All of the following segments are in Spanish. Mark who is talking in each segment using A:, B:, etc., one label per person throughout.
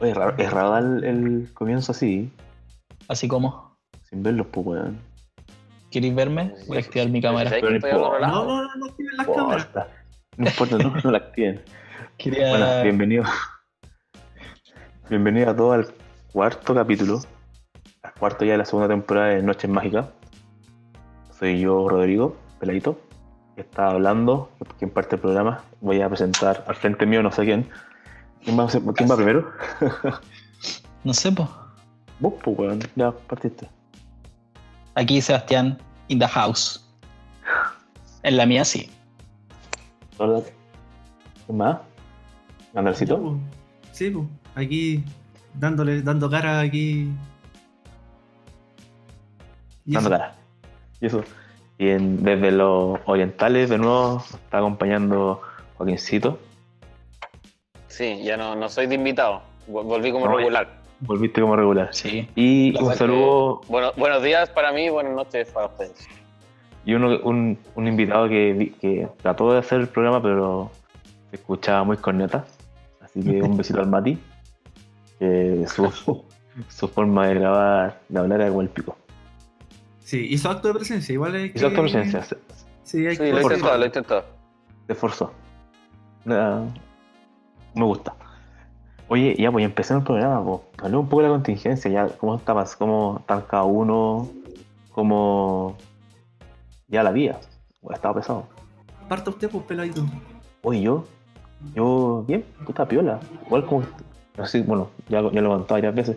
A: Oye, es raro, es raro el, el comienzo así,
B: Así como,
A: sin verlos, pues, weón.
B: ¿queréis verme? Voy a activar mi cámara.
A: Pero no importa.
C: No, no, no, no activen las cámaras.
A: Porta. No importa, no, no la activen.
B: Quería...
A: Bueno, bienvenido. Bienvenido a todos al cuarto capítulo. Al cuarto ya de la segunda temporada de Noches Mágicas. Soy yo, Rodrigo, peladito. que Está hablando, que en parte del programa. Voy a presentar al frente mío, no sé quién. ¿Quién va, a ser- quién va primero?
B: No sé, pues.
A: Vos, pues, weón. Ya partiste.
B: Aquí Sebastián in the house. En la mía sí.
A: ¿Verdad? ¿Quién más?
C: Ya,
A: ¿Andalcito?
C: po. Sí, po. aquí dándole, dando cara aquí. Y
A: Dando
C: eso.
A: cara. Y eso. Y en- desde los orientales, de nuevo, nos está acompañando Joaquincito.
D: Sí, ya no, no soy de invitado. Vol- Volví como
A: No,
D: regular.
A: Volviste como regular.
B: Sí.
A: Y
B: La
A: un
B: verdad
A: saludo
D: Bueno, buenos días para mí, buenas noches para ustedes.
A: y uno, un, un invitado que, vi- que trató de hacer el programa, pero se escuchaba muy corneta. Así que un besito al Mati. que su, su forma de grabar, de hablar era como el pico.
C: Sí, hizo acto de presencia, igual es
A: Y su presencia, se,
C: Sí, hay
D: Sí,
C: que-
D: lo he
A: por
D: intentado,
A: favor.
D: lo he intentado.
A: se esforzó. Nada, me gusta. Oye, ya pues empecé el programa, pues. Hablemos un poco de la contingencia, ya, cómo está pas- cómo está cada uno, cómo ya la vida. Bueno, estaba pesado.
C: Parta usted, pues, peladito.
A: Oye, yo, yo, bien, puta piola. Igual como, así, bueno, ya, lo- ya lo he contado varias veces.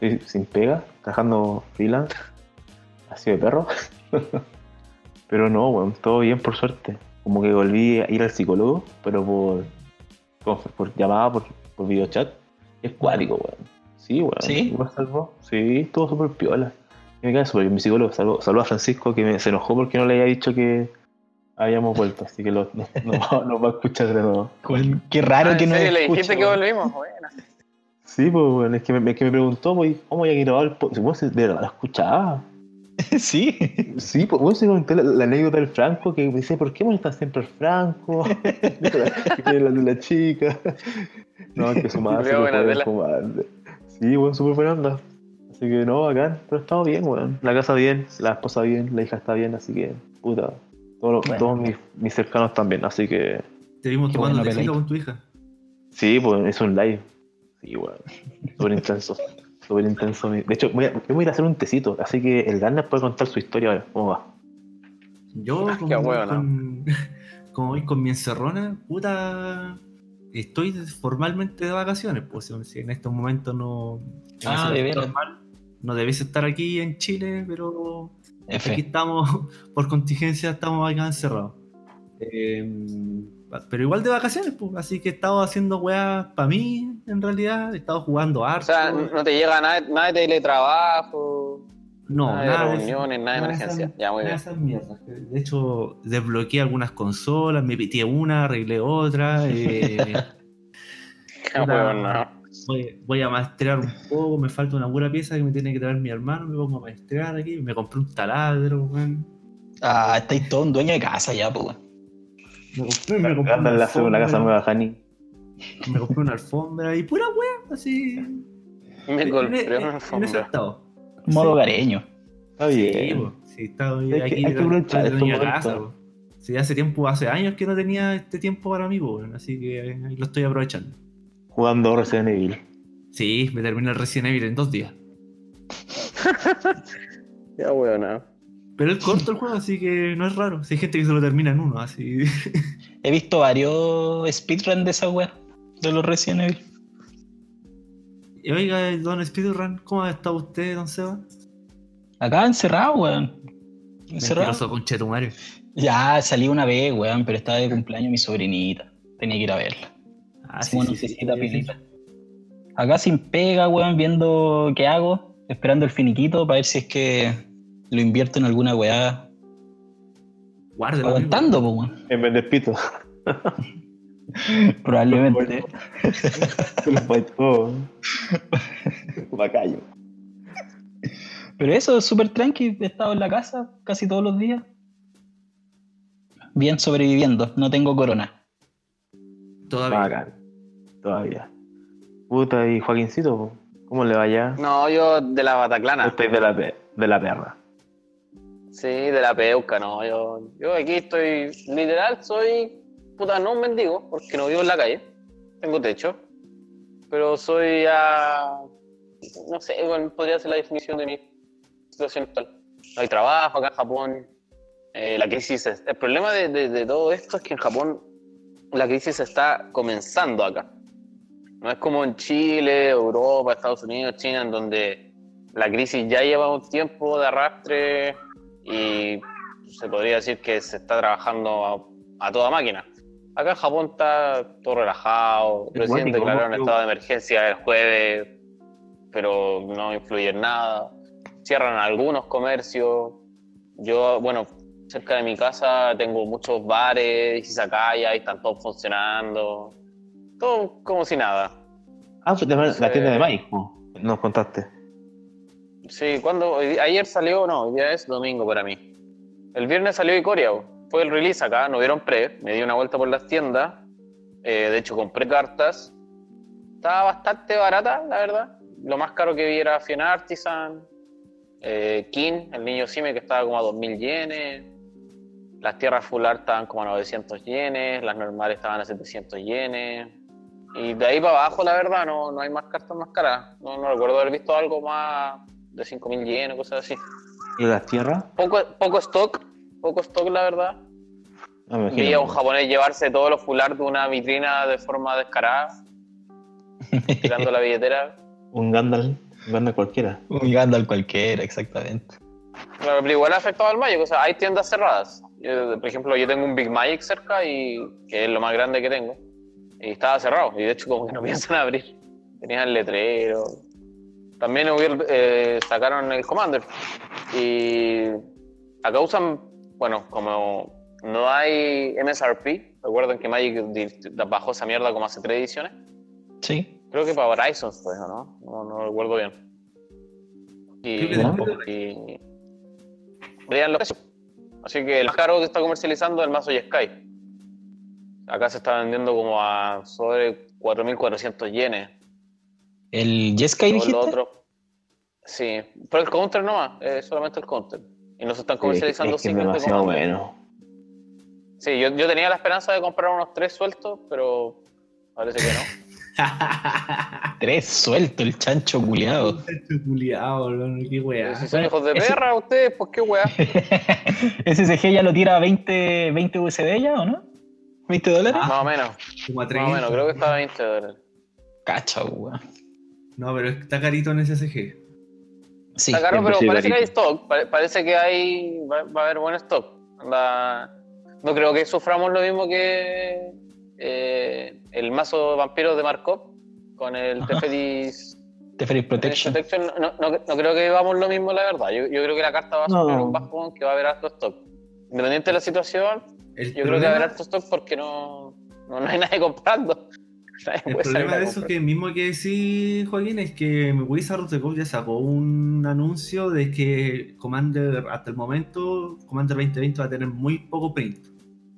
A: Estoy sin pega, trabajando freelance, así de perro. pero no, weón, todo bien por suerte. Como que volví a ir al psicólogo, pero por, por, por llamada, por, por videochat. Es cuático, weón. Sí, weón.
B: ¿Sí?
A: Me salvó. Sí, estuvo súper piola. Y me cae súper bien mi psicólogo. Saludó, saludó a Francisco que me- se enojó porque no le había dicho que habíamos vuelto, así que lo, no, no va- no va a escuchar de nuevo.
B: Con- Qué raro
D: Ah,
B: que
D: ¿en
B: no
D: serio?
B: me
D: ¿Le dijiste
B: escuche,
D: que
B: weón.
D: volvimos? Bueno.
A: Sí, pues, bueno, es que me, es que me preguntó, pues, ¿cómo ya que grabar el podcast? Bueno, si de verdad lo escuchaba.
B: Sí.
A: Sí, pues, bueno, se comenté la, la anécdota del Franco, que me dice, ¿por qué molestan siempre al Franco? Que tiene la, la chica. No, que su madre
D: Leo Benadela.
A: Sí, bueno, súper buena onda. Así que no, bacán, pero estamos bien, weón. La casa bien, la esposa bien, la hija está bien, así que, puta. Todos los-
B: Bueno.
A: todos mis, mis cercanos también, así que
C: Te vimos
B: Qué
C: tomando
B: bueno, peladito.
C: tecito con tu hija.
A: Sí, pues es un live. Sí, weón. Súper intenso. Súper intenso. De hecho, voy a, yo voy a ir a hacer un tecito, así que el Garner puede contar su historia ahora. ¿Cómo va?
C: Yo,
D: Ah,
C: como,
D: qué huevo, ¿no?
C: con- como voy con mi encerrona, puta. Estoy formalmente de vacaciones, pues si en estos momentos no. en
B: Ah,
C: una
B: de
C: situación
B: veras.
C: normal, No debes estar aquí en Chile, pero
B: F.
C: Aquí estamos, por contingencia, estamos acá encerrados. Eh, pero igual de vacaciones, pues. Así que he estado haciendo weas para mí, en realidad. He estado jugando
D: O
C: harto.
D: sea, no te llega nada, nada de teletrabajo,
C: no,
D: nada,
C: nada
D: de
C: de eso.
D: reuniones, nada de
C: nada de esas-
D: emergencia. Ya, muy bien.
C: Nada de esas mierdas. De hecho, desbloqueé algunas consolas, me pitié una, arreglé otra. eh,
D: Qué huevón, no.
C: voy, voy a maestrear un poco. Me falta una pura pieza que me tiene que traer mi hermano. Me pongo a maestrear aquí. Me compré un taladro, weón.
B: Ah, estáis todo un dueño de casa ya, pues. weón.
C: Me compré, me compré
A: Garner
C: una
A: la hace una casa
C: alfombra.
A: nueva, Hani.
C: me compré una alfombra y pura wea, así.
D: Me golpeó
C: en,
D: una
C: en ese
D: alfombra.
C: estado.
B: Modo hogareño.
A: Está
C: Sí, pues,
A: bien.
C: po, sí, estaba
A: Hay que-
C: aquí.
A: hay que aprovechar
C: tenía
A: estos
C: casa,
A: momentos.
C: po. Sí, hace tiempo, hace años que no tenía este tiempo para mí, po, weón, así que eh, ahí lo estoy aprovechando.
A: Jugando Resident Evil.
C: Sí, me terminé el Resident Evil en dos días.
D: Ya, huevón, no.
C: Pero es corto el juego, así que no es raro. Si hay gente que se lo termina en uno, así.
B: He visto varios speedrun de esa weá. De los Resident Evil.
C: Y Oiga, don Speedrun, ¿cómo ha estado usted, don Seba?
B: Acá encerrado, weón. Encerrado.
C: Mentiroso conchetumare.
B: Ya salí una vez, weón, pero estaba de cumpleaños mi sobrinita. Tenía que ir a verla.
C: Ah,
B: Así
C: sí,
B: como
C: sí, sí, sí,
B: necesita
C: sí, sí.
B: pilita. Acá sin pega, weón, viendo qué hago, esperando el finiquito para ver si es que lo invierto en alguna weá.
C: Guárdelo, amigo.
B: Aguantando, po, weón.
A: En vez de pito.
B: Probablemente.
A: Los baitó. Bacayo.
B: Pero eso, súper tranqui, he estado en la casa casi todos los días. Bien sobreviviendo, no tengo corona.
D: Ah,
C: Todavía.
A: Bacán. Todavía. Puta, y Joaquincito, po, ¿cómo le va ya?
D: No, yo de la Bataclana.
A: Estáis de la, pe- de la perra.
D: Sí, de la peuca, no. Yo, yo aquí estoy, literal, soy, puta, no un mendigo, porque no vivo en la calle, tengo techo, pero soy ya, no sé, bueno, podría ser la definición de mi situación actual. No hay trabajo acá en Japón, eh, la crisis, es- el problema de, de- de todo esto es que en Japón la crisis está comenzando acá. No es como en Chile, Europa, Estados Unidos, China, en donde la crisis ya lleva un tiempo de arrastre y se podría decir que se está trabajando a, a toda máquina. Acá en Japón está todo relajado,
A: Qué
D: recién
A: cuático,
D: declararon
A: ¿no?
D: estado de emergencia el jueves, pero no influye en nada. Cierran algunos comercios. Yo, bueno, cerca de mi casa tengo muchos bares, izakayas, y están todos funcionando. Todo como si nada.
A: Ah, pues, la, la
D: Sí.
A: tienda de Mike, po, nos contaste.
D: Sí, cuando ayer salió, no, hoy día es domingo para mí. El viernes salió Icoria, bo. fue el release acá, no vieron pre, me di una vuelta por las tiendas, eh, de hecho compré cartas, estaba bastante barata, la verdad. Lo más caro que vi era Fiona Artisan, eh, King, el niño Sime que estaba como a 2.000 yenes, las tierras full art estaban como a 900 yenes, las normales estaban a 700 yenes. Y de ahí para abajo, la verdad, no, no hay más cartas más caras. No, no recuerdo haber visto algo más de 5.000 yenes, cosas así.
A: ¿Y las tierras?
D: Poco, poco stock, poco stock, la verdad.
A: No, me
D: Vi a un
A: po.
D: japonés llevarse todos los full art de una vitrina de forma descarada, tirando la billetera.
A: Un Gandalf, un Gandalf cualquiera.
B: Un Gandalf cualquiera, exactamente.
D: Claro, pero igual ha afectado al Magic, o sea, hay tiendas cerradas. Yo, por ejemplo, yo tengo un Big Magic cerca y que es lo más grande que tengo. Y estaba cerrado, y de hecho como que no piensan abrir. Tenían el letrero. También hubiera- eh, sacaron el Commander. Y acá usan, bueno, como no hay MSRP, recuerden que Magic di- bajó esa mierda como hace tres ediciones.
B: Sí.
D: Creo que para Horizons fue, ¿o ¿no? No, no recuerdo bien. Y,
C: Creo que
A: tampoco.
D: y- vean los precios. Así que el más caro que está comercializando es el mazo Sky. Acá se está vendiendo como a sobre 4.400 yenes.
B: ¿El Jeskai
D: Todos
B: dijiste?
D: los otros. Sí, pero el counter no más, es solamente el counter. Y no se están comercializando
A: es que es
D: 50
A: demasiado
D: comandos.
A: bueno.
D: Sí, yo, yo tenía la esperanza de comprar unos tres sueltos, pero parece que no.
B: Tres, suelto el chancho culiado.
C: Este culiao, hermano, qué
D: Pero
C: weá.
D: Si son hijos de
B: Ese-
D: perra, ustedes, pues qué weá.
B: ¿SSG ya lo tira a 20, 20 USD ya o no? ¿20 dólares?
C: Ah,
D: Más o menos.
C: Como a
D: Más o
C: 30.
D: menos, creo que está a 20 dólares.
B: Cacha, weón.
C: No, pero está carito en SSG.
B: Sí.
D: Está caro,
A: siempre
D: pero
A: sí,
D: parece que hay
A: carito.
D: stock. pare- parece que hay, va, va a haber buen stock. Anda- no creo que suframos lo mismo que eh, el mazo vampiros de Markov con el Teferis
B: Te Free Protection.
D: Protection. No, no- no creo que vivamos lo mismo, la verdad. Yo, yo creo que la carta va a sufrir
A: No.
D: un bajón que va a haber alto stock. Independiente de la situación,
C: El
D: yo creo que va a
C: problema,
D: haber alto stock porque no, no, no hay nadie comprando. Nadie
C: el
D: puede salir
C: problema
D: a
C: de eso
D: comprar.
C: que mismo que decís, Joaquín, es que Wizard of the Coast ya sacó un anuncio de que Commander, hasta el momento, Commander 2020 va a tener muy poco print.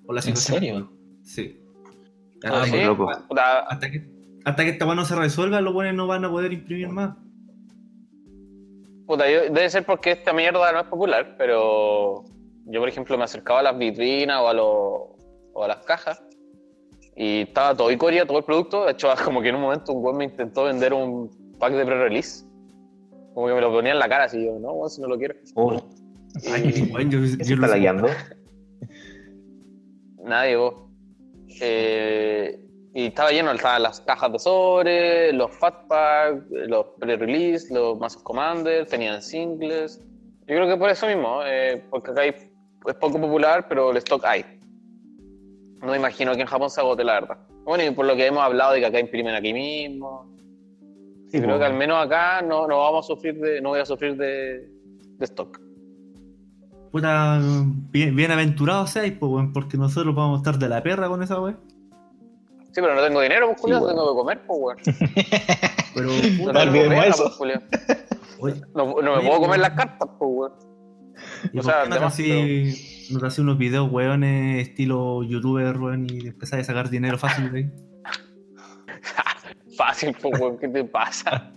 C: Por la
B: ¿En
C: situación.
B: serio?
C: Sí.
B: Ah,
C: Hasta
D: ¿Sí?
A: muy
C: que-
A: loco.
D: Puta,
C: Hasta que, hasta que esta weá no se resuelva, los buenos no van a poder imprimir más.
D: Puta, yo- debe ser porque esta mierda no es popular, pero yo, por ejemplo, me acercaba a las vitrinas o a, los- o a las cajas y estaba todo Icoria, todo el producto. De hecho, como que en un momento un weón me intentó vender un pack de pre-release. Como que me lo ponía en la cara, así yo, no, weón, si no lo quiero.
A: Oh,
C: Ay, qué bueno, yo,
A: ¿qué
C: yo
A: se
C: lo
A: está
C: sé.
A: lagueando?
D: Nadie, vos. Eh, y estaba lleno, estaban las cajas de sobre, los fat pack, los pre-release, los más commander, tenían singles. Yo creo que por eso mismo, eh, porque acá hay, es poco popular, pero el stock hay. No me imagino que en Japón se agote, la verdad. Bueno, y por lo que hemos hablado de que acá imprimen aquí mismo.
A: Sí,
D: creo
A: po.
D: que al menos acá no, no vamos a sufrir de, no voy a sufrir de, de stock.
C: Puta, bien, bienaventurados seáis, pues, weón, porque nosotros vamos a estar de la perra con esa weá.
D: Sí, pero no tengo dinero, pues, culiao,
A: bueno.
D: tengo que comer, pues, weón.
C: Pero,
D: No,
B: No
C: puta,
D: tengo
B: olvidemos
D: pega,
B: eso.
D: pues, culiao.
C: oye,
D: No, no me puedo comer las cartas, pues, weón.
C: ¿y
D: O
C: por
D: sea,
C: qué no te
D: además,
C: hacís no te hacís unos videos, weones, estilo youtuber, weón, y empezáis a sacar dinero fácil de ahí?
D: Fácil, po, weón, ¿qué te pasa?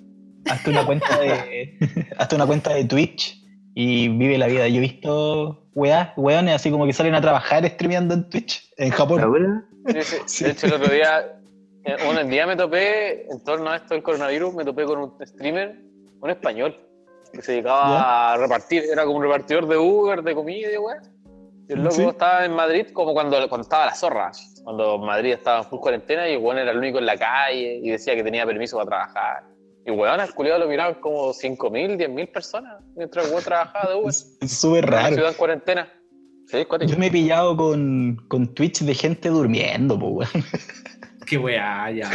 B: Hazte una cuenta de, hazte una cuenta de Twitch y vive la vida. Yo he visto weá, weones así como que salen a trabajar streameando en Twitch en
A: ¿La
B: Japón.
A: abuela?
D: De hecho, de hecho, el otro día, eh, bueno, el día me topé, en torno a esto del coronavirus, me topé con un streamer, un español, que se dedicaba a repartir, era como un repartidor de Uber, de comida y weá. Y el loco
B: Sí.
D: estaba en Madrid como cuando, cuando estaba la zorra, cuando Madrid estaba en full cuarentena y el weón era el único en la calle y decía que tenía permiso para trabajar. Y weón, al culiado lo miraban como 5.000, 10.000 personas mientras el weón trabajaba de Uber.
B: Es es súper
D: En
B: raro.
D: ciudad en cuarentena. Sí, cuático.
B: Yo me he pillado con, con Twitch de gente durmiendo, po, weón.
C: Qué weá, ya.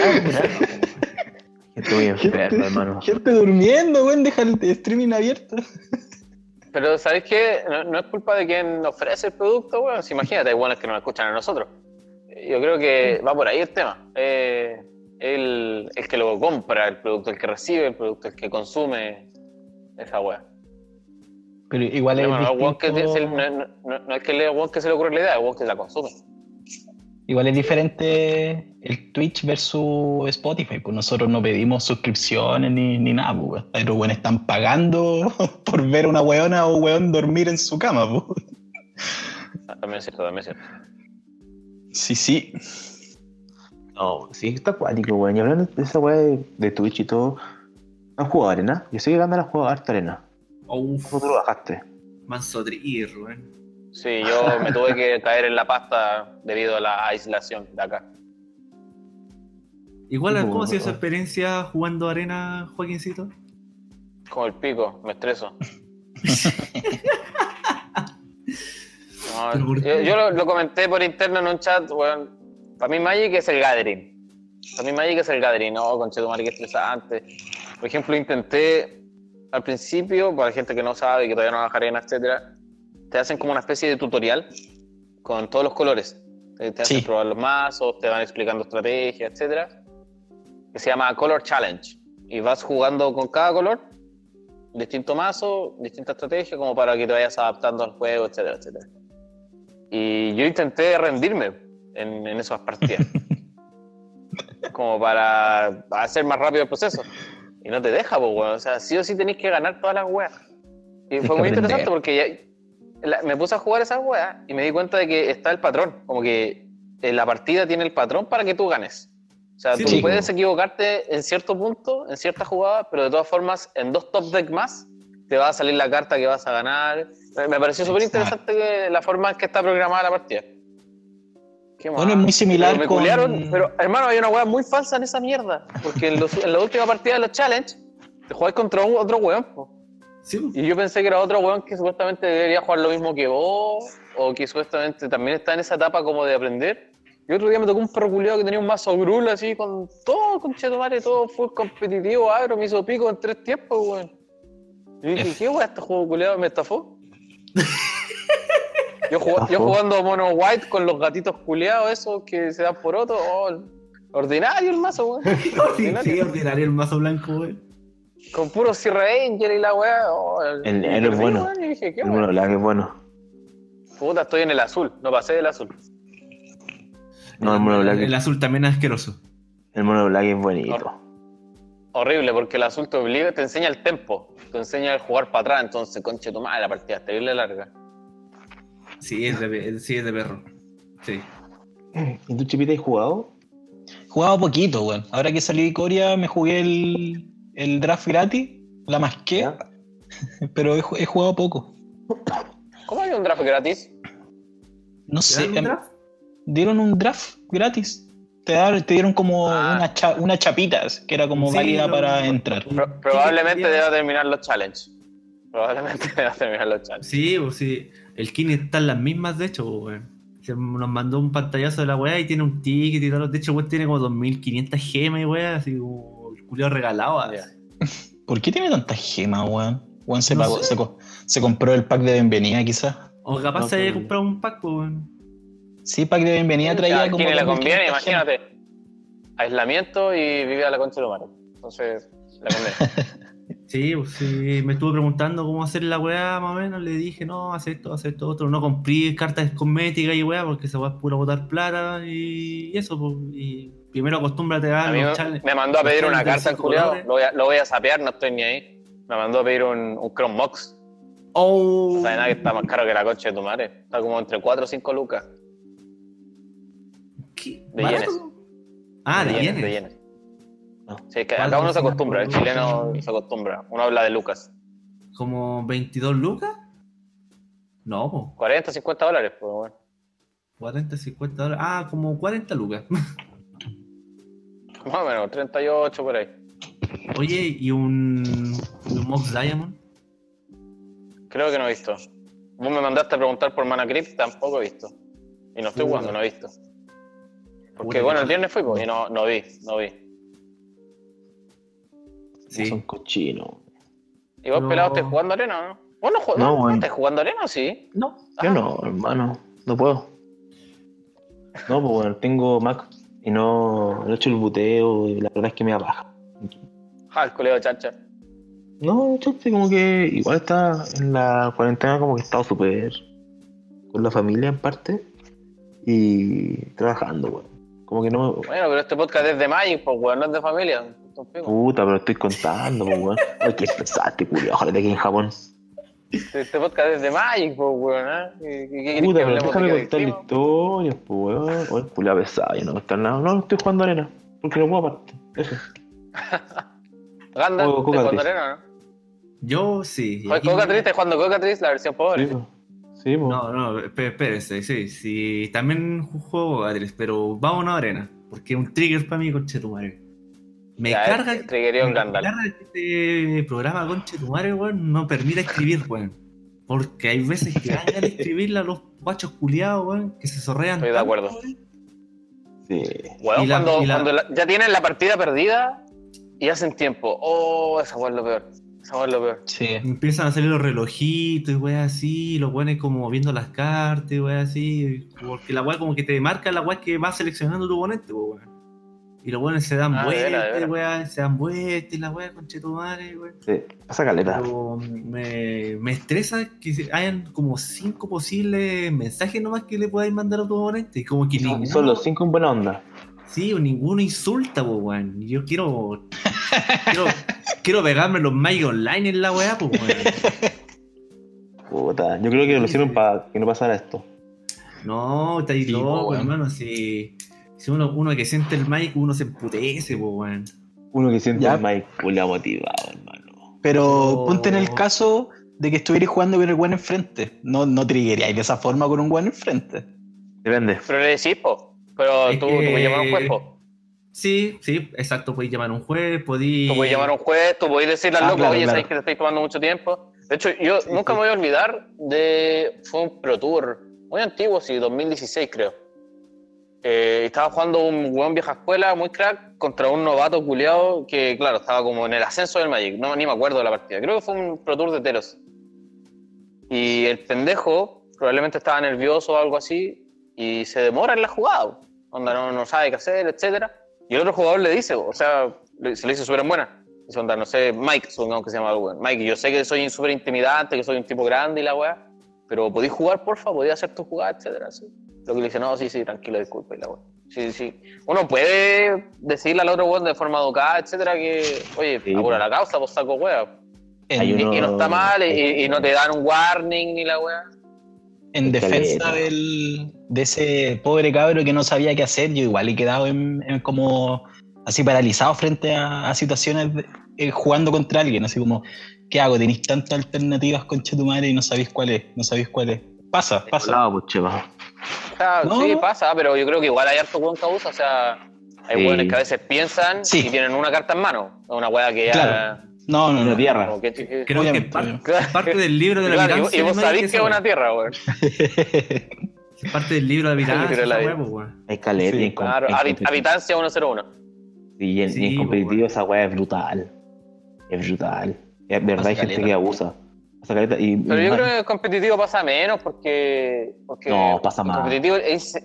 A: Estoy muy enfermo,
D: Ah.
A: hermano.
B: Gente durmiendo, weón, deja el streaming abierto.
D: Pero ¿sabéis qué? No, no es culpa de quien ofrece el producto, weón. Si imagínate, hay buenos que nos escuchan a nosotros. Yo creo que va por ahí el tema. Eh, el, el que lo compra, el producto, el que recibe, el producto, el que consume esa weá.
B: Pero igual es.
D: No, no, el weón que
B: distinto-
D: se- se- no- no- no- no es que el weón que se le ocurre la idea, el weón que la consume.
B: Igual es diferente el Twitch versus Spotify, pues nosotros no pedimos suscripciones ni, ni nada, pues, weón. pero bueno, están pagando por ver una weona o weón dormir en su cama, pues.
D: Ah, También es cierto, también es cierto.
B: Sí, sí.
A: No, sí, está acuático, weón. Y hablando de esa weá de, de Twitch y todo, ¿han jugado arena? Yo sé que Gandalf ha jugado harta arena.
C: Oh, Uf,
A: ¿Cómo tú lo bajaste?
C: manso trir, weón.
D: Sí, yo me tuve que caer en la pasta debido a la aislación de acá.
C: Igual,
A: Sí,
C: ¿cómo ha sido
A: weón.
C: su experiencia jugando arena, Joaquincito?
D: Como el pico, me estreso. No,
C: ¿Pero por
D: yo
C: qué?
D: yo lo, lo comenté por interno en un chat, weón. Para mí Magic es el gathering. Para mí Magic es el gathering, no, conchetumare, que estresante. Por ejemplo, intenté al principio, para la gente que no sabe, que todavía no baja arena, etcétera, te hacen como una especie de tutorial con todos los colores. Te, te hacen
B: Sí.
D: probar los mazos, te van explicando estrategias, etcétera. Que se llama Color Challenge. Y vas jugando con cada color, distinto mazo, distinta estrategia, como para que te vayas adaptando al juego, etcétera, etcétera. Y yo intenté rendirme en, en esas partidas. como para hacer más rápido el proceso. Y no te deja, pues, weón. O sea, sí o sí tenés que ganar todas las weas. Y
B: Tienes
D: fue
B: que
D: muy
B: aprender.
D: interesante porque ya- la- me puse a jugar esas weas y me di cuenta de que está el patrón. Como que eh, la partida tiene el patrón para que tú ganes. O sea,
C: Sí,
D: tú
B: sí.
D: puedes equivocarte en cierto punto, en ciertas jugadas, pero de todas formas, en dos top deck más, te va a salir la carta que vas a ganar. Me, me pareció súper interesante que- la forma en que está programada la partida. Qué
B: Bueno,
D: mal.
B: es muy similar
D: Pero me
B: con-
D: culiaron, pero hermano, hay una hueá muy falsa en esa mierda. Porque en, los- en la última partida de los challenge, te jugáis contra un- otro weón. po.
C: Sí, pues, po.
D: Y yo pensé que era otro weón que supuestamente debería jugar lo mismo que vos, o que supuestamente también está en esa etapa como de aprender. Y otro día me tocó un perro culiao que tenía un mazo grul así, con todo, con chetumare, todo full competitivo, agro, me hizo pico en tres tiempos, weón. Y dije,
B: F.
D: ¿qué weón este juego culiado me estafó? yo, jug- yo
A: Estafó.
D: jugando mono white con los gatitos culiados esos que se dan por otro, oh, ordinario el mazo, weón.
C: Sí,
D: ordinario.
C: ordinario el mazo blanco, weón.
D: Con puro Sea Ranger y la weá. oh,
A: El
D: y
A: negro es
D: perdí,
A: bueno.
D: weón, y dije, ¿qué
A: El
D: weón?
A: mono blanco es bueno.
D: Puta, estoy en el azul, no pasé del azul.
A: No, el mono
C: el,
A: blanco,
C: azul también es asqueroso.
A: el mono blanco es bonito.
D: Horrible, porque el azul te obliga, te enseña el tempo, te enseña el jugar para atrás, entonces, conche tu madre, la partida es terrible larga.
C: Sí, es de, pe- sí, es de perro. Sí.
A: ¿Y tú, Chipita, has jugado?
B: Jugaba poquito, weón. Ahora que salí de Corea me jugué el, el draft gratis, la masqué,
A: ¿Ya?
B: pero he, ju- he jugado poco.
D: ¿Cómo hay un draft gratis?
B: No
C: ¿Te
B: sé,
C: dan un
B: em,
C: draft?
B: dieron un draft gratis. Te, dar- te dieron como
D: Ah.
B: una, cha- una chapita que era como
C: Sí,
B: válida
C: lo-
B: para entrar.
D: Pro- probablemente
C: Sí,
D: deba terminar los challenges. Probablemente deba terminar los challenges.
C: Sí, pues sí. El Kinect está en las mismas, de hecho, pues, weón. Se nos mandó un pantallazo de la weá y tiene un ticket y todo. De hecho, weón, tiene como 2500 gemas y weá, así como el culiao regalado. así.
D: Ya.
B: ¿Por qué tiene tanta gema, weón? Weón se,
C: No
B: pagó- se, co- se compró el pack de bienvenida, quizás.
C: O capaz
A: No,
C: se haya
A: pero-
C: comprado un pack, pues, weón.
B: Sí, pack de bienvenida traía
D: A
B: como.
D: quien le
B: 2500
D: conviene,
B: gemas.
D: imagínate. Aislamiento y vive a la concha del humano. Entonces, la conviene.
C: Sí, pues sí, me estuve preguntando cómo hacer la weá, más o menos. Le dije, no, haz esto, haz esto, otro. No compré cartas cosméticas y weá, porque esa weá es pura botar plata y y eso. Pues, y primero acostúmbrate a,
D: A mí
C: los
D: me-
C: challenge-
D: me mandó a
C: los
D: pedir una
C: challenge de
D: carta el
C: cinco
D: culiado.
C: colores.
D: Lo, voy a- lo voy a sapear, no estoy ni ahí. Me mandó a pedir un, un Chromebox.
C: Oh,
D: No sabe nada que está más caro que la coche de tu madre. Está como entre 4 o 5 lucas.
C: ¿qué?
D: de
C: ¿Barato?
D: yenes.
C: Ah, de yenes.
D: De yenes.
A: No.
D: Sí, es que
C: Cuatro,
D: acá uno se
C: cinco
D: acostumbra, el
C: lucas.
D: chileno se acostumbra. Uno habla de lucas.
C: ¿Como 22 lucas? No, po,
D: 40, 50 dólares, pues bueno.
C: 40, 50 dólares. Ah, como 40 lucas.
D: Más o menos, 38 por ahí.
C: Oye, ¿y un, y un Mox Diamond?
D: Creo que no he visto. Vos me mandaste a preguntar por Mana Crypt, tampoco he visto. Y no estoy
C: Puta.
D: jugando, no he visto. Porque
C: Puta,
D: bueno,
C: qué
D: el viernes fui, pues, y no, no vi, no vi.
C: Sí.
A: Son cochinos.
D: ¿Y vos
C: No.
D: pelado estás jugando arena o no? ¿Vos no, jugás-
A: No,
D: no,
A: bueno.
D: estás jugando arena o sí?
C: No.
A: Yo
D: Ah.
A: no, hermano, no puedo. No, pues bueno, tengo Mac y no, no he hecho el buteo y la verdad es que me da paja.
D: Ja, Ah, el culeo chacha.
A: No, chiste, como que igual está en la cuarentena como que he estado súper con la familia en parte y trabajando, weón. Como que no me...
D: Bueno, pero este podcast es de Magic, pues weón, no es de familia.
A: Puta, pero estoy contando, pues weón. Ay, qué pesante, culiao, ojalá te quede en Japón.
D: Este podcast es de Magic, pues weón, ¿eh? ¿Y- y- y-
A: Puta,
D: que
A: pero déjame
D: hablemos de que
A: contar la
D: adictivo?
A: historia, pues weón. Oye, culiao pesado, yo no voy a contar nada. No, estoy jugando arena, porque no puedo aparte. Eso. Juego
D: Gandalf, ¿estás
A: Coca
D: jugando
A: Tris.
D: arena, ¿no?
C: Yo sí.
D: Joder,
C: Aquí-
D: Coca Tris, estás jugando Coca Tris, la versión pobre.
A: Sí, po. pues. Sí, po.
C: No, no, espé- espérense, sí, sí. También juego Atlas, pero vamos a arena. Porque es un trigger para mí, conchetumare. Me
D: Ya,
C: carga.
D: el triggerío
C: me
D: en Gandalf.
C: carga que este programa, conchetumare, weón, no permite escribir, weón. Porque hay veces que dan ganas de escribirle a los guachos culiados, weón, que se zorrean.
D: Estoy de
C: tanto,
D: acuerdo.
C: weón.
A: Sí.
D: Weón,
C: Y la-
D: cuando,
C: y la-
D: cuando la- ya tienen la partida perdida y hacen tiempo. Oh, esa weón es lo peor. Esa weón es lo peor.
B: Sí.
C: Empiezan a salir los relojitos y weas así, los weones como viendo las cartas y weas así, porque la wea como que te marca la wea que va seleccionando tu oponente, po, weón. Y los weones se dan
D: Ah, de veras, de
C: vueltas,
D: veras.
C: weas, se dan vueltas y la wea conchetumare, weón.
A: sí. Pasa caleta.
C: Pero me, me estresa que se- hayan como cinco posibles mensajes nomás que le podáis mandar a tu oponente. y Como que
A: Y
C: ninguno,
A: son los cinco en buena onda.
C: sí, o ninguno insulta, po, weón. Y Yo quiero, quiero, quiero pegarme los Magic Online en la wea, po, weón.
A: Puta, yo creo que lo
C: Sí,
A: hicieron
C: sí.
A: para que no pasara esto.
C: No, está ahí
B: Sí,
C: loco,
B: po, weón.
C: hermano. Si, si uno, uno que siente el mic, uno se emputece, po, weón.
A: Uno que siente
B: Ya.
A: el Mike culia motivado, hermano.
B: Pero ponte en el
C: Oh.
B: caso de que estuvierais jugando con el buen enfrente. No, no triggeríais de esa forma con un buen enfrente.
A: Depende.
D: Pero le decís, po. Pero
C: Es
D: tú, tú puedes
C: que-
D: llamar a un juez, po.
C: Sí, sí, exacto. Podéis llamar a un juez, podéis.
D: Tú puedes llamar a un juez, tú puedes decirle al
A: Ah,
D: loco,
A: claro,
D: oye,
A: claro.
D: sabes que te estoy tomando mucho tiempo. De hecho, yo nunca me voy a olvidar de. Fue un Pro Tour muy antiguo, sí, 2016, creo. Eh, estaba jugando un weón vieja escuela, muy crack, contra un novato culeado que, claro, estaba como en el ascenso del Magic. No, ni me acuerdo de la partida. Creo que fue un Pro Tour de Teros. Y el pendejo probablemente estaba nervioso o algo así y se demora en la jugada. Onda, no, no sabe qué hacer, etc. Y el otro jugador le dice, o sea, le- se le dice súper en buena. Dice, onda, no sé, Mike, supongamos que se llama el weón. Mike, yo sé que soy súper intimidante, que soy un tipo grande y la weá, pero podéis jugar, porfa, podéis hacer tu jugada, etc. Lo que le dice, no, sí, sí, tranquilo, disculpa y la weá. Sí, sí. Uno puede decirle al otro weón de forma educada, etcétera, que, oye,
A: Sí.
D: apura la causa, pues saco weá.
B: En,
A: Hay
D: Y,
A: uno-
D: y no está mal, y, y no te dan un warning ni la weá.
B: en defensa
A: Caleta.
B: del, de ese pobre cabro que no sabía qué hacer, yo igual he quedado en, en como así paralizado frente a, a situaciones de- eh, jugando contra alguien, así como, ¿qué hago? Tenéis tantas alternativas, concha tu madre, y no sabéis cuál es, no sabéis cuál es. Pasa, pasa.
A: Volado, pues, cheva.
D: O sea,
B: No.
D: sí pasa, pero yo creo que igual hay harto buen causa, o sea, hay
A: Sí.
D: hueones que a veces piensan
B: Sí.
D: y tienen una carta en mano, una hueá que ya...
B: Claro. No, no,
A: Una
B: no.
A: tierra.
D: como que- que-
C: Creo que
B: Obviamente,
C: es par-
D: claro.
C: parte del libro de la
D: Claro, y vos-
C: vida.
D: y, vos sabés que es una tierra, weón.
C: Parte del libro de la vida.
D: libro de la vida.
A: Hay caleta
B: Sí,
A: y en com-
D: Claro,
A: en
D: habit-
A: competi-
D: habitancia 101.
A: y en- y en
C: Sí, pues,
A: competitivo
C: weón.
A: esa weá es brutal. Es brutal. Es de verdad
B: Pasa
A: hay gente
B: caleta.
A: que abusa. Pasa caleta y.
D: Pero
A: y
D: yo
A: más-
D: creo que el competitivo pasa menos porque... porque
A: No, pasa
D: el
A: más.
D: competitivo es-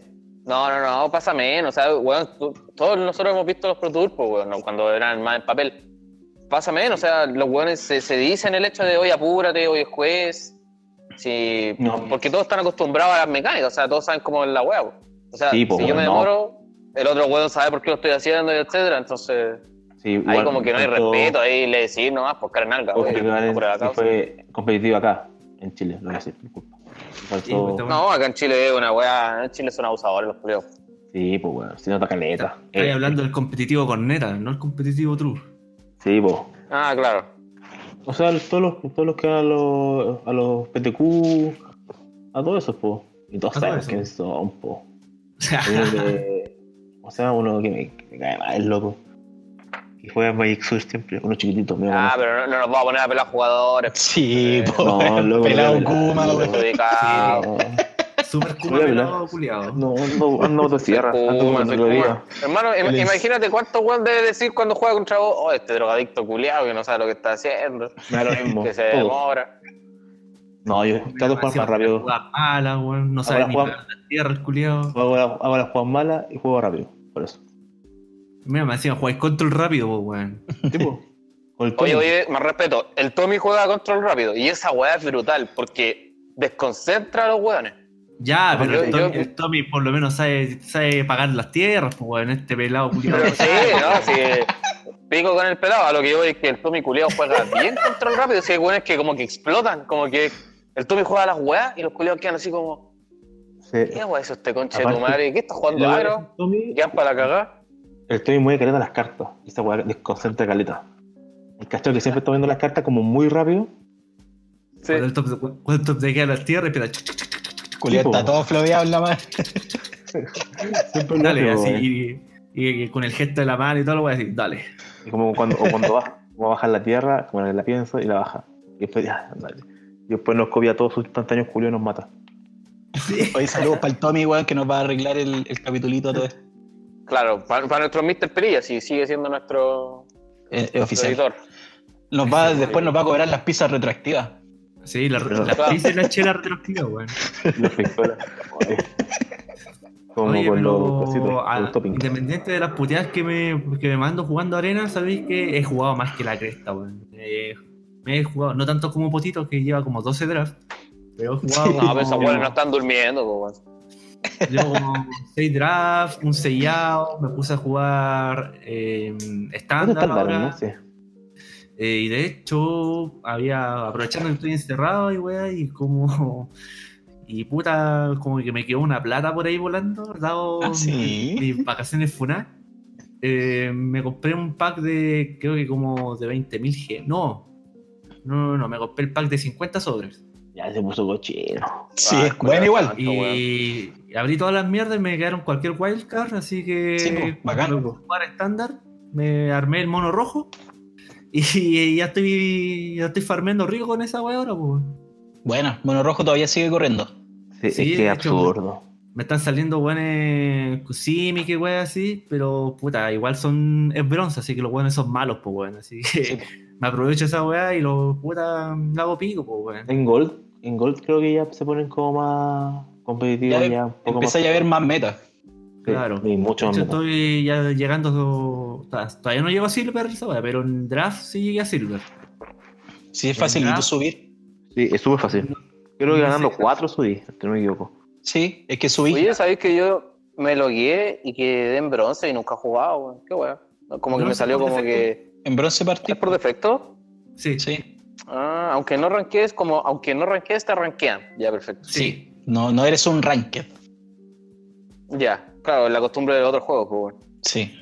D: no, no, no, pasa menos. O sea, weón, tú- todos nosotros hemos visto los Pro Tour, pues, weón, no, cuando eran más en papel. pasa menos. O sea, los weones se, se dicen el hecho de hoy apúrate, hoy es juez. Sí,
A: No.
D: Porque todos están acostumbrados a las mecánicas, o sea, todos saben cómo es la hueá. po. O sea,
A: Sí, po,
D: si yo me
A: no.
D: demoro, el otro weón sabe por qué lo estoy haciendo, y etcétera. Entonces,
A: Sí,
D: ahí
A: igual,
D: como que no hay
A: tanto-
D: respeto, ahí le decís nomás, pues carnalga.
A: Ojo, que Ibares sí
D: No,
A: fue competitivo acá, en Chile, lo voy a decir, disculpa. Faltó-
C: Sí, pues, está bueno.
D: no, acá en Chile es una weá, en Chile son abusadores los culiados.
A: sí, pues bueno, si no está caleta.
C: Estáis
A: Eh,
C: hablando del competitivo corneta, no el competitivo true.
A: Sí, pues.
D: Ah, claro.
A: O sea, todos los, todos los que van a los, a los PTQ, a todos esos, pues. Y todos
C: A
A: sabemos
C: todo eso.
A: quién son, po. Hay uno que- o sea, uno que me, que me cae mal, loco. Que juega en Magic Sur siempre, uno chiquitito, medio
D: Ah, pero no, no nos vamos a poner a pelar jugadores.
B: Sí,
D: Eh,
B: po,
A: no, luego
B: pelado
A: me la-
B: Kuma,
A: no,
B: weón.
D: Perjudicados.
C: Super
A: Voy
C: Kuma
A: a hablar.
C: pelado culiado.
A: No, no, no, no te cierras, tanto como
D: Kuma,
A: te
D: soy
A: lo
D: Kuma.
A: diga.
D: Hermano, im-
B: Él es-
D: imagínate cuánto weón debe decir cuando juega contra vos. Oh, este drogadicto culiado que no sabe lo que está haciendo,
A: Me da lo mismo.
D: que se
A: todo.
D: demora.
A: No, yo trato de jugar más rápido.
C: Juega mala, weón. No sabe
A: Ahora
C: ni
A: juega-
C: pegar la tierra, el culiado.
A: Hago la- hago las jugadas malas y juego rápido, por eso.
C: Mira, me decían, jugáis control rápido, po, weón.
A: Tipo, con el Tony.
D: Oye, oye, más respeto. El Tommy juega a control rápido y esa weá es brutal porque desconcentra a los weones.
C: Ya,
A: No,
C: pero el,
D: yo-
C: Tommy,
D: yo-
C: el Tommy por lo menos sabe, sabe pagar las tierras, po, weón. Este pelado culiado.
D: Pero sí, ¿no? Sí, pico con el pelado. A lo que yo voy es que el Tommy culiao juega bien control rápido. Si hay weones que como que explotan, como que el Tommy juega a las weas y los culiados quedan así como,
A: Se-
D: ¿qué weá es este conche de tu
A: Aparte-
D: madre? ¿Qué está jugando
A: la-
D: agro?
A: Tommy-
D: ¿Quedan para la cagada?
A: El Tommy mueve caleta las cartas. Y esa weá desconcentra caleta. El cachorro que siempre está viendo las cartas como muy rápido.
D: Sí.
C: Cuando el Tommy- cuando el Tommy se queda las tierras, espera, chuc, chuc,
B: Culiao
A: po.
B: está todo flodeado en la mano.
A: Siempre
C: dale,
A: rápido,
C: así.
A: weón.
C: Y, y- y con el gesto de la mano y todo lo voy a decir, dale.
A: Y como cuando, o cuando baja, como baja la tierra, como la piensa y la baja. Y después ya, dale. Y después nos copia todos sus instantáneos, Julio nos mata.
B: Hoy saludos para el Tommy, weón, que nos va a arreglar el, el capitulito todo esto.
D: Claro, para, para nuestro Mr. Perilla, si sigue siendo nuestro,
B: Eh, eh,
D: nuestro
B: oficial.
D: editor.
B: Nos va, después nos va a cobrar las pizzas retroactivas.
C: Sí, la,
A: Pero-
C: la, la, dice la chela retroactiva, weón.
A: Y los pistolas. Oye. Como
C: Oye,
A: con
C: pero,
A: los cositos,
C: ah,
A: con los toppings.
C: independiente de las puteadas que me, que me mando jugando arena, sabéis que he jugado más que la cresta, weón. Eh, me he jugado, no tanto como Potito, que lleva como 12 drafts, pero he jugado.
A: Ah,
D: No, pero esos
C: como-
D: weones no están durmiendo, po, weón.
C: Llevo como 6 drafts, un sellado, me puse a jugar eh,
A: ¿Cuánto
C: estándar.
A: tardaron,
C: ahora.
A: no? Sí.
C: Eh, y de hecho, había aprovechando que estoy encerrado y weá, y como. Y puta, como que me quedó una plata por ahí volando, dado
B: Ah, sí.
C: mis, mis vacaciones funá. Eh, me compré un pack de, creo que como de 20.000 G. No, no, no, no, me compré el pack de 50 sobres.
A: Ya se puso cochino.
B: Sí,
D: Ah,
B: es bueno
D: culiao,
B: igual.
D: tanto, weón.
C: Y abrí todas las mierdas y me quedaron cualquier wildcard, así que
B: Sí, pues, bacán.
C: me puse a jugar estándar, me armé el mono rojo y, ya estoy ya estoy farmeando rico con esa wea ahora, pues.
B: Bueno, Mono Rojo todavía sigue corriendo.
A: Sí,
C: Sí,
A: es que
C: de
A: es
C: hecho,
A: absurdo.
C: Me están saliendo buenos Kusimi, que wea así, pero puta, igual son es bronce, así que los buenos son malos, pues weón. Así que
B: Sí, po.
C: me aprovecho esa wea y los puta me hago pico, pues weón.
A: En Gold, en Gold creo que ya se ponen como más competitivos,
B: Ya
A: ya, un poco más.
B: Empieza ya a haber más metas.
C: Claro.
A: Y mucho
C: De
A: más.
C: hecho,
A: menos.
C: estoy ya llegando. ta- Todavía no llego a Silver, esa wea, pero en draft sí llegué a Silver.
B: Sí, es fácil
C: Ya.
B: tú subir.
A: Sí, es súper fácil. Creo que
C: no
A: ganando
C: sé.
A: 4 subí, si no me equivoco.
B: Sí, es que subí.
D: Oye, ¿sabéis que yo me lo guié y quedé en bronce y nunca he jugado, weón? Qué weón. Como que
C: ¿Bronce
D: me salió
C: por
D: como que.
B: En bronce partí.
D: ¿Es por defecto?
C: Sí, sí.
B: Sí,
D: Ah, aunque no ranquees, como aunque no ranquees, te ranquean. Ya, perfecto.
B: sí. No, no eres un ranked.
D: Ya, claro, la costumbre del otro juego, pues, weón.
B: Sí.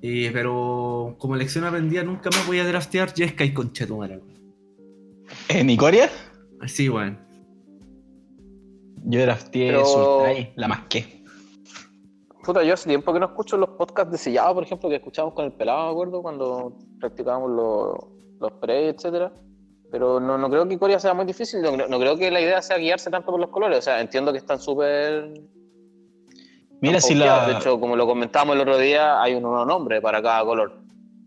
C: Y- Eh, pero como lección aprendida, nunca más voy a draftear Jeskai con Chetumara.
B: ¿En Icoria?
C: Sí, weón.
B: Yo drafté
D: Pero-
B: Sultai, la masqué.
D: Puta, yo hace tiempo que no escucho los podcasts de sellado, por ejemplo, que escuchábamos con el pelado, me acuerdo, cuando practicábamos los, los pre, etcétera. Pero no, no creo que Corea sea muy difícil, no, creo- no creo que la idea sea guiarse tanto por los colores. O sea, entiendo que están súper
B: Mira si
D: Pauteado.
B: la.
D: De hecho, como lo comentábamos el otro día, hay un nuevo nombre para cada color.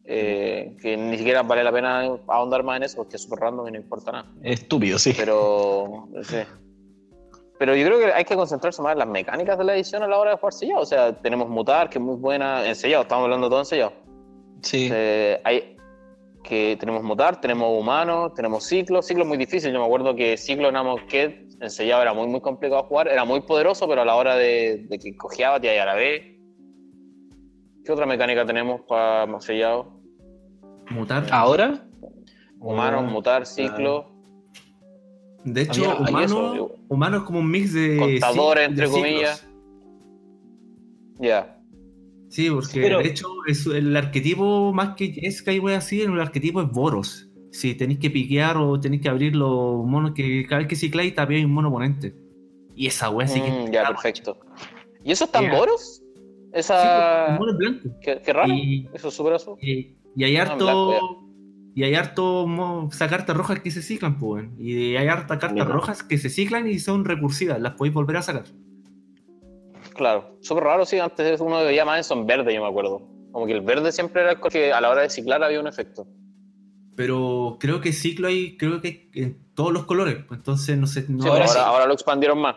D: Eh, que ni siquiera vale la pena ahondar más en eso porque es súper random y no importa nada.
B: Estúpido, sí.
D: Pero, sí. Pero yo creo que hay que concentrarse más en las mecánicas de la edición a la hora de jugar sellado. O sea, tenemos mutar, que es muy buena en sellado, estamos hablando todo en sellado.
B: sí.
D: Eh, hay, que tenemos motar, tenemos humanos, tenemos ciclos. Ciclo es muy difícil. Yo me acuerdo que ciclo en Amonkhet enseñaba, era muy, muy complicado jugar. Era muy poderoso, pero a la hora de, de que cojeaba, te iba a la B. ¿Qué otra mecánica tenemos para más sellado?
C: Mutar.
D: Ah,
B: ¿Ahora?
D: Humanos,
A: Ah,
D: mutar, ciclo.
C: de hecho,
D: había- hay
C: humano,
D: eso, digo.
C: humano es como un mix de.
D: Contadores,
C: ci-
D: entre
C: de ciclos.
D: comillas. Ya.
C: Sí, porque
B: Pero-
C: de hecho es el arquetipo más que es que hay weas así, el arquetipo es Boros. Si tenéis que piquear o tenéis que abrir los monos que cada vez que cicláis también hay un mono oponente. Y esa wea sí que
D: Mm, ya, perfecto. ¿Y esos
C: Yeah.
D: tamboros?
C: Sí, pues,
D: Esa.
C: un mono en blanco.
D: qué, qué raro.
C: Y,
D: Eso es súper azul.
C: y- y hay
D: en blanco, ya.
C: harto y hay harto mo- o sea, cartas rojas que se ciclan, pues. weón. Y hay harta cartas
B: Mira.
C: rojas que se ciclan y son recursivas, las podéis volver a sacar.
D: Claro. Súper raro, sí. Antes uno veía más eso en verde, yo me acuerdo. Como que el verde siempre era el que a la hora de ciclar había un efecto.
C: Pero creo que ciclo hay, creo que en todos los colores. pues, Entonces no sé, no
D: Sí, pero
B: ahora
D: ahora,
B: sí.
D: ahora lo expandieron más.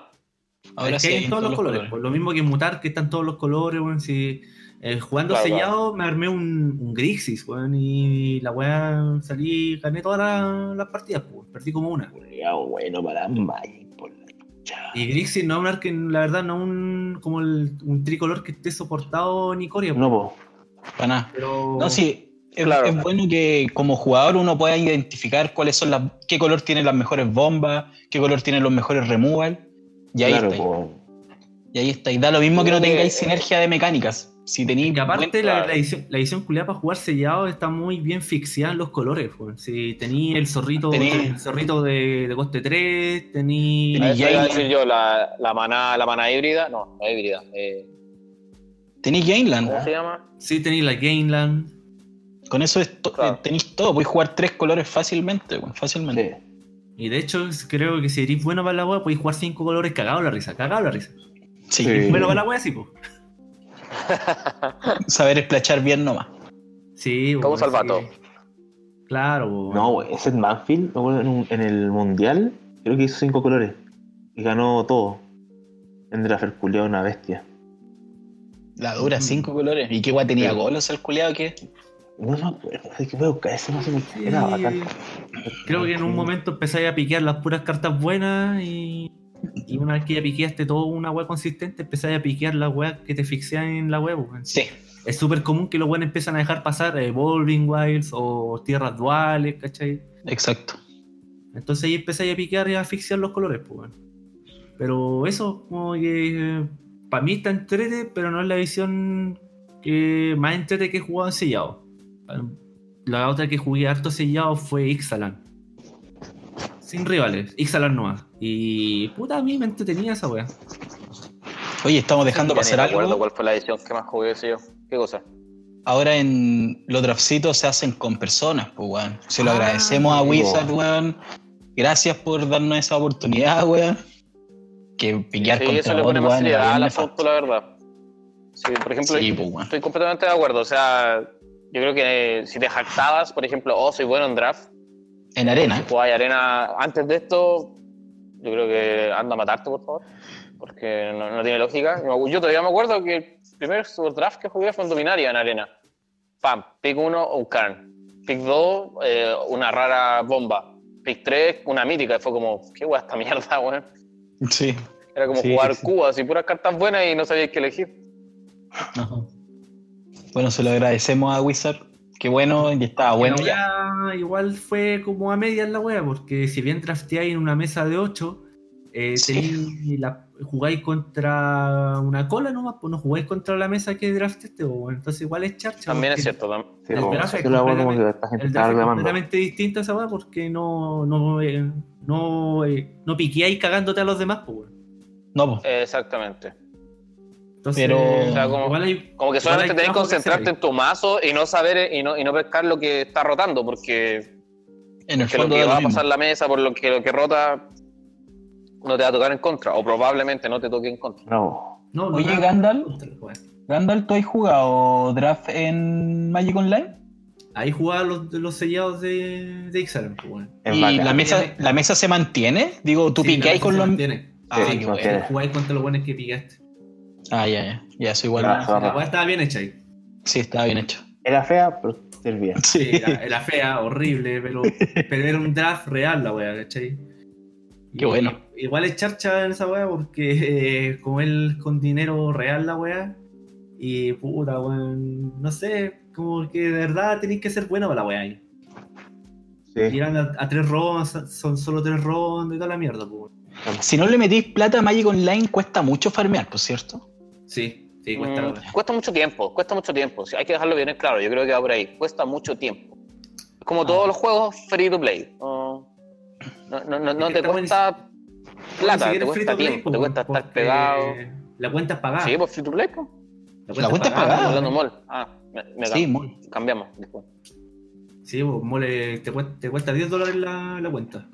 B: Ahora
C: Es que
B: sí.
C: hay en todos los colores. pues, lo mismo que en Mutar, que están todos los colores, weón. Si, eh, jugando
D: Claro,
C: sellado me armé un, un Grixis, weón. Y la weá salí, gané todas la- las partidas, pues, weón, Perdí como una.
A: Culeado bueno para Magic, por la chucha.
C: Y Grixis no es un arque, la verdad, no un como el- un tricolor que esté soportado ni Corea.
A: No, po.
B: Para nada.
C: pero
B: No, sí. Es,
D: Claro.
B: es bueno que como jugador uno pueda identificar cuáles son las, qué color tienen las mejores bombas, qué color tienen los mejores removal. Y ahí
A: claro,
B: está.
A: po.
B: Y ahí está. Y da lo mismo que no
D: Creo que-
B: tengáis sinergia de mecánicas. Si tenéis.
C: Y aparte,
B: buen-
C: la,
D: claro.
C: la edición, la edición culiada para jugar sellado está muy bien fixiada en los colores. weón. Si tení el zorrito,
B: Tení-
C: el zorrito de, de coste 3, tení.
B: Tení
D: A eso iba a
B: Jailan.
D: decir yo, la, la maná, la maná híbrida. No, no híbrida. eh,
B: Tenéis Gainland.
D: ¿Cómo se llama?
C: Sí, tení la Gainland.
B: Con eso es to-
D: Claro.
B: eh, tenéis todo. Podéis jugar tres colores fácilmente. weón, fácilmente.
A: Sí.
C: Y de hecho, es- creo que si eres bueno para la wea, podéis jugar cinco colores cagado la risa, cagado la risa.
B: Sí.
A: Sí.
C: Bueno para la wea, sí, po.
B: Saber esplachar bien nomás.
C: Sí, po,
D: Como
C: sí.
D: Salvato.
C: Claro, po.
A: No, güey, ese Manfield, me acuerdo, en, un- en el Mundial, creo que hizo cinco colores. Y ganó todo. En Drafer culiado una bestia.
B: La dura,
C: Mm.
B: cinco colores. ¿Y qué guay tenía
A: Sí.
B: golos el culiado que?
A: No me acuerdo, así que voy a buscar ese no se me
C: Sí.
A: era bacán.
C: Creo que en un momento empezáis a piquear las puras cartas buenas y, y una vez que ya piqueaste todo una wea consistente, empezáis a piquear las weas que te fixean en la wea, po.
B: Sí.
C: Es súper común que los weones empiezan a dejar pasar Evolving Wilds o tierras duales, ¿cachai?
B: Exacto.
C: Entonces ahí empezáis a piquear y a asfixiar los colores, pues, weón. Pero eso, como que. Para mí está entrete, pero no es la visión que más entrete que he jugado en sellado. La otra que jugué harto sellado fue Ixalan. Sin rivales, Ixalan nomás. Y puta, a mí me entretenía esa weá.
B: Oye, estamos dejando
D: Ya ni
B: pasar
D: me
B: algo.
D: acuerdo cuál fue la edición que más jugué ese yo. ¿Qué cosa?
B: Ahora en los draftcitos se hacen con personas, pues, weón. Se lo
C: Ah,
B: agradecemos a
A: sí,
B: Wizard,
A: po.
B: weón. Gracias por darnos esa oportunidad, weón. Que pillar
D: Sí,
B: contra
D: eso le
B: bot,
D: pone más
B: weón,
D: seriedad
B: era
D: al
B: bien
D: asunto,
B: nefasto.
D: la verdad. Sí, por ejemplo,
B: Sí, pues, weón.
D: Estoy completamente de acuerdo. O sea, yo creo que eh, si te jactabas, por ejemplo, oh, soy bueno en draft,
B: En arena.
D: jugáis arena antes de esto, yo creo que anda a matarte, por favor. Porque no, no tiene lógica. Yo yo todavía me acuerdo que el primer draft que jugué fue en Dominaria en arena. Pam, pick 1, Ocarn. Pick 2, una rara bomba. Pick 3, una mítica. Y Fue como, qué guay esta mierda, weón.
B: Sí.
D: Era como
A: Sí,
D: jugar
A: sí.
D: cubas y puras cartas buenas y no sabías qué elegir.
B: Ajá. Bueno, se lo agradecemos a Wizard. Qué bueno, y
D: Ah,
B: estaba bueno
C: Pero
B: ya.
C: ya igual fue como a medias la wea, porque si bien drafteáis en una mesa de 8,
B: Sí.
C: jugáis contra una cola nomás, pues no jugáis contra la mesa que drafteaste, po, entonces igual es charcha.
D: También es
C: porque
D: cierto. tam-
A: Sí,
C: El
A: po,
C: draft es
A: yo la hago como que esta gente
C: El
A: está
C: draft es
A: reclamando.
C: completamente distinto a esa wea porque no, no, eh, no, eh, no piqueáis cagándote a los demás, pues weón.
B: No, po.
D: eh, Exactamente.
C: Entonces,
B: Pero-
D: O sea, como-
C: igual hay-
D: Como que
C: igual hay
D: solamente tenés que
C: trabajo hacer
D: concentrarte
C: ahí.
D: en tu mazo y no saber eh, y no, y no pescar lo que está rotando, porque
B: en el
D: que lo
B: fondo
D: que
B: de
D: va
B: lo
D: a pasar
B: mismo.
D: la mesa, por lo que lo que rota, no te va a tocar en contra, o probablemente no te toque en contra.
A: No,
C: No, no,
B: Oye,
C: no,
B: Gandalf.
C: no,
B: Gandalf, ¿tú has jugado draft en Magic Online?
C: Ahí jugaba los, los sellados de, de Ixalan, pues weón.
A: en
B: ¿Y
A: vaca.
B: la mesa, la mesa se mantiene? Digo, tú
C: Sí, la
B: piqueáis
C: mesa
B: con
C: se
B: los.
C: mantiene.
B: Ah,
A: Sí,
B: qué
A: no
B: bueno.
A: tiene.
C: Jugáis contra los buenos que picaste.
B: Ah, ya, ya. Ya, eso igual.
A: Claro.
C: La weá estaba bien hecha ahí.
B: Sí, estaba bien hecho.
A: Era fea, pero servía.
B: Sí.
C: Era, era fea, horrible, pero, pero era un draft real la wea, ¿cachai?
B: Qué bueno.
C: Igual es charcha en esa wea porque eh, como él con dinero real la wea y puta weón, no sé, como que de verdad tenéis que ser bueno para la wea ahí. Y
A: Sí,
C: eran a, a tres rondas, son solo tres rondas y toda la mierda, pues. weón.
B: Si no le metís plata a Magic Online, cuesta mucho farmear, por cierto.
C: Sí, sí, cuesta la
D: Mm,
C: wea.
D: cuesta mucho tiempo, cuesta mucho tiempo. Sí, hay que dejarlo bien en claro, yo creo que va por ahí. Cuesta mucho tiempo.
C: Ah.
D: Como todos los juegos, free to play. No, no, no- no- no
C: Es que
D: te
C: está
D: cuesta plata,
C: Ni siquiera
D: te
C: es free
D: cuesta
C: to play,
D: tiempo,
C: pues,
D: te cuesta
C: porque ah.
D: estar pegado.
C: La cuenta es pagada.
D: Sí, por free to play. po.
B: La cuenta es
D: Estamos
B: pagada. eh.
D: hablando mol. Ah, me, me
B: Sí, muy.
D: cam- cambiamos. disculpa.
C: Sí, pues mole, te cuesta, te cuesta 10 dólares la, la cuenta.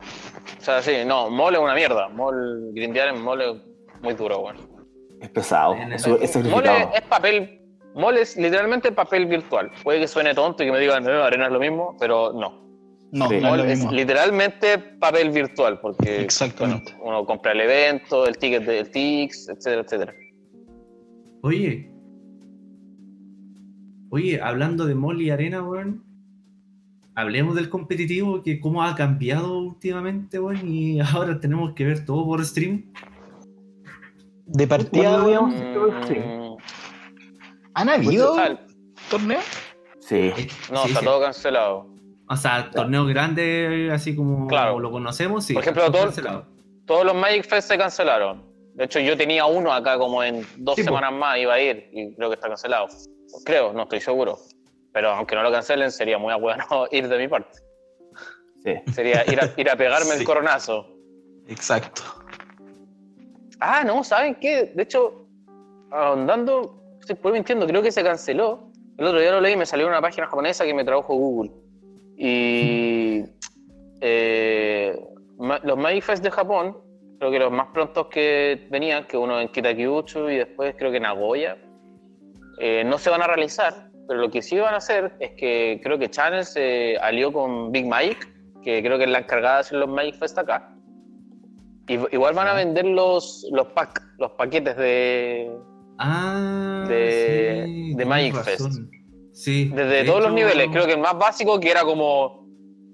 D: O sea, sí, no, mol es una mierda. Mol, grindear en mol es muy duro, bueno.
A: es pesado.
C: En el-
A: Es, es
D: Mol
A: sacrificado.
D: es, es papel. Mol es literalmente papel virtual. Puede que suene tonto y que me digan, no, arena es lo mismo, pero no.
B: No,
A: Sí.
B: no es
D: Mall
B: lo
D: es
B: mismo.
D: literalmente papel virtual, porque
B: Exactamente.
D: bueno, uno compra el evento, el ticket del TIX, etcétera, etcétera.
C: Oye. Oye, hablando de Molly y Arena, weón. Hablemos del competitivo, que cómo ha cambiado últimamente, weón. Y ahora tenemos que ver todo por stream.
B: De partida,
A: Bueno,
B: weón,
A: Mm, sí.
D: Mm,
B: ¿han habido
D: o sea,
B: torneos?
A: Sí.
D: no,
C: Eh, Sí,
D: está
C: sí.
D: todo cancelado.
C: O sea, torneos grandes, así como
D: Claro.
C: lo conocemos, sí.
D: Por ejemplo,
C: está
D: todo-
C: cancelado.
D: Todos los Magic Fest se cancelaron. De hecho, yo tenía uno acá como en dos
C: Sí, po.
D: semanas más iba a ir y creo que está cancelado. Creo, no estoy seguro. Pero aunque no lo cancelen, sería muy bueno ir de mi parte.
A: Sí.
D: Sería ir a, ir a pegarme
B: Sí.
D: el coronazo.
B: Exacto.
D: Ah, no, ¿saben qué? De hecho, ahondando, estoy por mintiendo, creo que se canceló. El otro día lo leí y me salió una página japonesa que me tradujo Google. Y eh, ma- los Magic Fest de Japón, creo que los más prontos que venían, que uno en Kitakyuchu y después creo que Nagoya, eh, no se van a realizar, pero lo que sí van a hacer es que creo que Channel se alió con Big Magic, que creo que es la encargada de hacer los Magic Fest acá. Y- Igual van a vender los, los packs, los paquetes de.
C: Ah,
D: de-
C: sí,
D: de
C: tenés
D: Magic
C: razón. Sí.
D: Desde todos los
C: hecho,
D: niveles. Creo que el más básico, que era como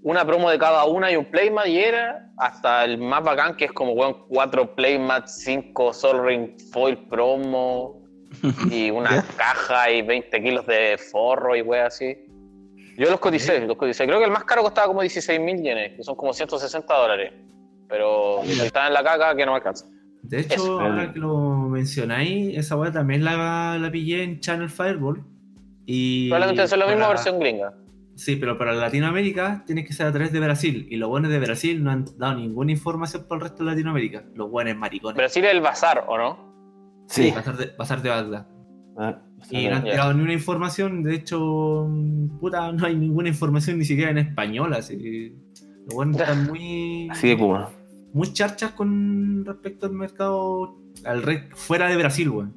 D: una promo de cada una y un playmat, y era hasta el más bacán, que es como, weón, cuatro playmats, cinco Sol Ring Foil promo, y una caja y 20 kilos de forro y weón así. Yo los coticé, los coticé. Creo que el más caro costaba como 16 mil yenes, que son como 160 dólares. Pero está en la caca que no me alcanza.
C: De hecho,
D: Eso.
C: ahora que lo mencionáis, esa weá también la, la pillé en Channel Fireball. Y
D: Probablemente es la misma
C: para-
D: versión gringa.
C: Sí, pero para Latinoamérica tiene que ser a través de Brasil. Y los buenos de Brasil no han dado ninguna información para el resto de Latinoamérica. Los buenos maricones.
D: Brasil es el bazar, ¿o no?
A: Sí.
C: Pasar de, pasar de Bagdad.
A: Ah,
C: Y no han
D: Ya.
C: tirado ni una información. De hecho, mm, puta, no hay ninguna información ni siquiera en español. Así que los buenos están muy.
A: Así de Kuma.
C: muy charchas con respecto al mercado. Al re- fuera de Brasil, weón.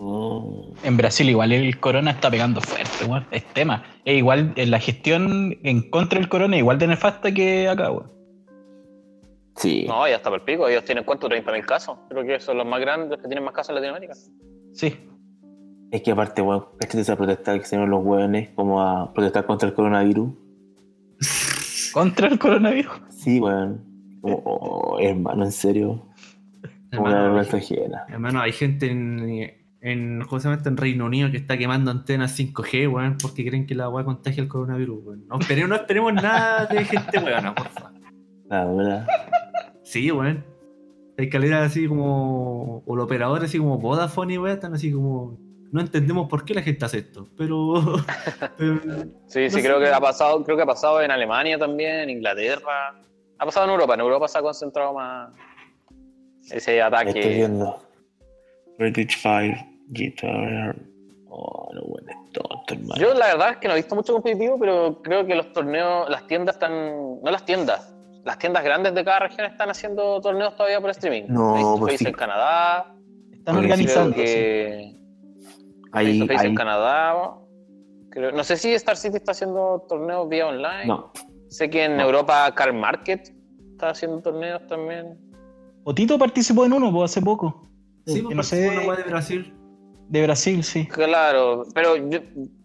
A: Mm.
B: En Brasil igual el corona está pegando fuerte, weón. Es tema. Es igual, eh, la gestión en contra del corona es igual de nefasta que acá, weón.
A: Sí.
D: No, ya está por el pico. Ellos tienen cuánto, 30.000 casos. Creo que son los más grandes, los que tienen más casos en Latinoamérica.
B: Sí.
A: Es que aparte, weón, cachate esa protesta que se ven los weones como a protestar contra el coronavirus.
B: Contra el coronavirus.
A: Sí, weón. Como, oh, hermano, en serio. Como una
C: Hermano,
A: vergüenza ajena.
C: Hermano, hay gente en, en, ¿cómo se llama esto? en Reino Unido que está quemando antenas 5G, weón, porque creen que la weá contagia el coronavirus, weón. No esperemos, no esperemos nada de gente weón, porfa.
A: La verdad.
C: Sí, weón. Hay calera así como. O los operadores así como Vodafone y weón, están así como. No entendemos por qué la gente hace esto, pero. pero
D: Sí, sí,
C: sé.
D: creo que ha pasado, creo que ha pasado en Alemania también, en Inglaterra. Ha pasado en Europa, en Europa se ha concentrado más ese
A: Me estoy
D: ataque.
A: viendo. British Fire, Guitar. Oh, no, weón, es tonto, hermano.
D: Yo la verdad es que no he visto mucho competitivo, pero creo que los torneos, las tiendas están, no las tiendas, las tiendas grandes de cada región están haciendo torneos todavía por streaming.
A: No,
D: Face to
A: pues
D: Face
A: sí.
D: en Canadá,
B: Están
A: Porque
D: creo
B: organizando.
D: que Face
A: Ahí,
D: to Face
A: ahí.
D: en Canadá. Creo- no sé si Star City está haciendo torneos vía online.
A: No,
D: Sé eh, que en Europa Car Market está haciendo torneos también.
B: sí. Otito participó en uno, pues, hace poco.
C: sí,
B: Yo
C: pues
B: no sé.
C: una weá de Brasil.
B: De Brasil, sí.
D: Claro, pero yo-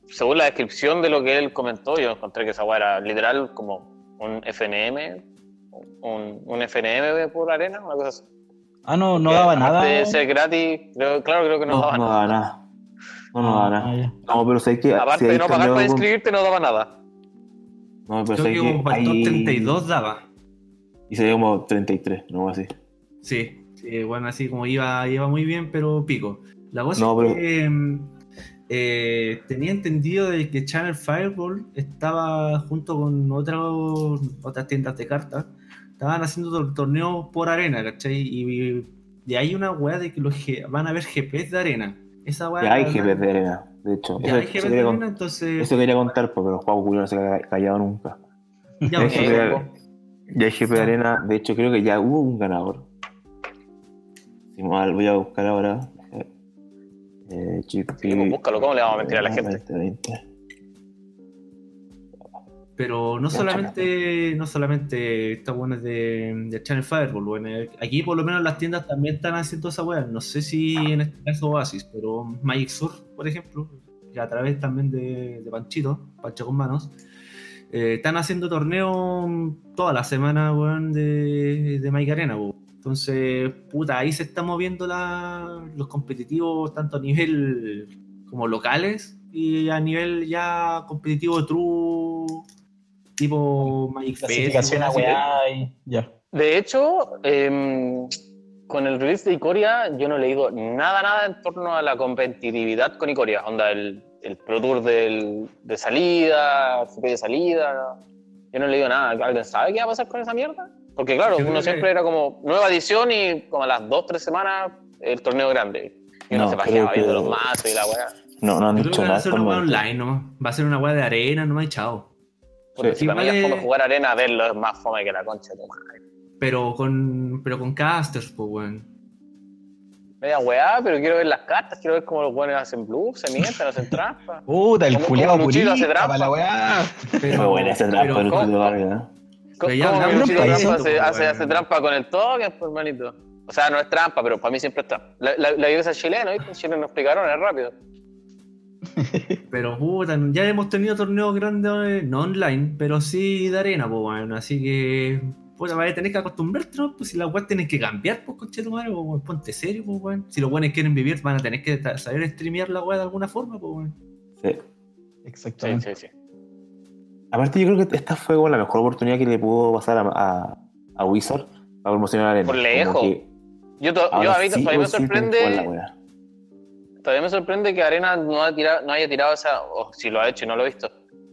D: según la descripción de lo que él comentó, yo encontré que esa weá era literal como un FNM, un, un FNM por arena, una cosa así.
B: Ah, no, no
D: Que
B: daba
D: aparte
B: nada.
D: De ser gratis, creo- claro, creo que no,
A: No,
D: daba
A: no
D: nada.
A: daba nada. No, no daba
B: Ah,
A: nada.
B: ya.
A: No, pero sé que.
D: Aparte
A: si
D: de
A: ahí
D: no pagar
A: cambiaron
D: para
A: algún-
D: inscribirte, no daba nada.
A: No, pero
C: Creo
A: sé
C: que como
A: que.
C: para el top
A: ahí-
C: 32 daba.
A: Y sería como 33, no así.
C: Sí, sí, bueno, así como iba, iba muy bien, pero pico. La cosa
A: No,
C: es
A: pero-
C: que em, eh, tenía entendido de que Channel Fireball estaba junto con otros- otras tiendas de cartas, estaban haciendo tor- torneos por arena, ¿cachai? Y, y de ahí una weá de que los G- van a haber GPs de arena. Esa weá.
A: Ya hay
C: la-
A: GPs de arena, de hecho.
C: Ya
A: Eso,
C: hay
A: eso
C: GPs de
A: quería, con-
C: arena, entonces.
A: eso quería contar, pues, porque los Juegos Culiados no se ha callado nunca.
C: ya,
A: hay
C: pues,
A: GP de Ya hay GP de arena, de hecho, creo que ya hubo un ganador. Si mal, voy a buscar ahora. Eh, Este, GP,
D: Sí, pues, búscalo, ¿cómo le vamos a mentir a la gente?
A: 2020.
C: Pero no
A: Ya,
C: solamente, no solamente estas buenas de, de Channel Fireball, bueno, aquí por lo menos las tiendas también están haciendo esa weá. No sé si en este caso Oasis, pero Magic Sur, por ejemplo, que a través también de, de Panchito, Pancho con manos, eh, están haciendo torneos toda la semana, weón, de, de Magic Arena, pues. weón. Entonces, puta, ahí se están moviendo la- los competitivos tanto a nivel como locales y a nivel ya competitivo true tipo Magic Fest,
B: Clasificación a
C: así.
B: weá y ya.
D: De hecho, em, con el release de Icoria, yo no he leído nada, nada en torno a la competitividad con Icoria. Onda, el, el Pro Tour del- de salida, FP de salida. Yo no he leído nada. ¿Alguien sabe qué va a pasar con esa mierda? Porque, claro,
C: Yo creo
D: uno
C: que-
D: siempre era como nueva edición y como a las dos, tres semanas el torneo grande. Y uno
A: No,
D: se pajeaba
A: creo que-
D: viendo los mazos y la weá.
A: No, no han
C: Yo creo
A: dicho
C: que va
A: nada.
C: a ser una
A: hasta
C: weá
A: el momento.
C: online nomás. Va a ser una weá de arena nomás y chao.
D: Porque
A: Sí.
D: si para mí
C: Igual
D: es
C: es-
D: como jugar arena, verlo es más fome que la concha de tu madre.
C: Pero con, pero con casters, pues weón.
D: Media weá, pero quiero ver las cartas, quiero ver cómo los buenos hacen bluff, se mienten, hacen trampa.
B: Puta, el
D: Como-
B: culiado
D: como Luchito
B: purista
D: hace trampa.
B: para la weá.
A: Pero bueno, ese trapo del
C: pero-
D: ¿cómo?
A: Julio Vargas. ¿eh?
D: Co-
C: Pero ya
D: ¿Cómo
C: hablamos
D: que
B: de
D: Luchito
B: país,
D: Trampa
C: ¿no?
D: hace, hace-
C: Bueno.
D: hace trampa con el toque, pues, hermanito? O sea, no es trampa, pero para mí siempre es trampa. La, la, la violencia chilena, ¿viste? En Chile nos explicaron, es rápido.
C: Pero puta, ya hemos tenido torneos grandes, eh, no online, pero sí de arena, pues weón. Así que. Puta, vas a tener que acostumbrarte, ¿no? Pues si las weas tienen que cambiar, pues coche tu madre, pues, weón. Ponte serio, pues weón. Si los buenos quieren vivir, van a tener que ta- saber streamear la wea de alguna forma, pues weón.
A: Sí.
D: Sí,
B: Exactamente.
D: sí, sí.
A: Aparte, yo creo que esta fue como la mejor oportunidad que le pudo pasar a, a, a Wizard para promocionar Arena.
D: Por
A: Como
D: lejos.
A: que
D: Yo, to- yo
A: ahora
D: a mí
A: sí
D: todavía
A: o
D: me
A: sí tienen que jugar la
D: sorprende,
A: weá.
D: todavía me sorprende que Arena no, ha tirado, no haya tirado esa, o si lo ha hecho y no lo he visto,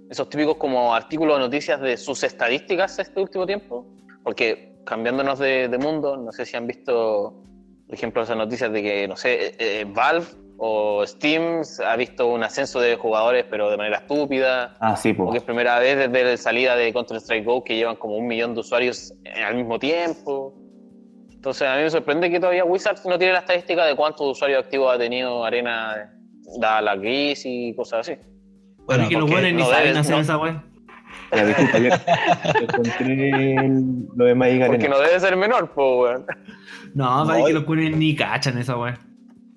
D: esos típicos como artículos o noticias de sus estadísticas este último tiempo. Porque cambiándonos de, de mundo, no sé si han visto, por ejemplo, esas noticias de que, no sé, eh, eh, Valve o Steam ha visto un ascenso de jugadores, pero de manera estúpida.
A: Ah, sí,
D: Porque
A: pues.
D: es primera vez desde la salida de Counter-Strike Go que llevan como un millón de usuarios eh, al mismo tiempo. Entonces a mí me sorprende que todavía Wizards no tiene la estadística de cuántos usuarios activos ha tenido Arena, da la gris y cosas así.
C: Bueno,
B: Bueno,
C: que los
D: porque
C: buenos ni
D: no
C: saben
D: debes,
C: hacer
D: no.
C: esa wea.
A: Ya, disculpa, yo yo encontré el- lo de Magic
D: Porque
A: Arena.
D: no debe ser menor, pues, weón.
C: No,
B: No,
C: para que
B: y-
C: los buenos ni cachan esa wea.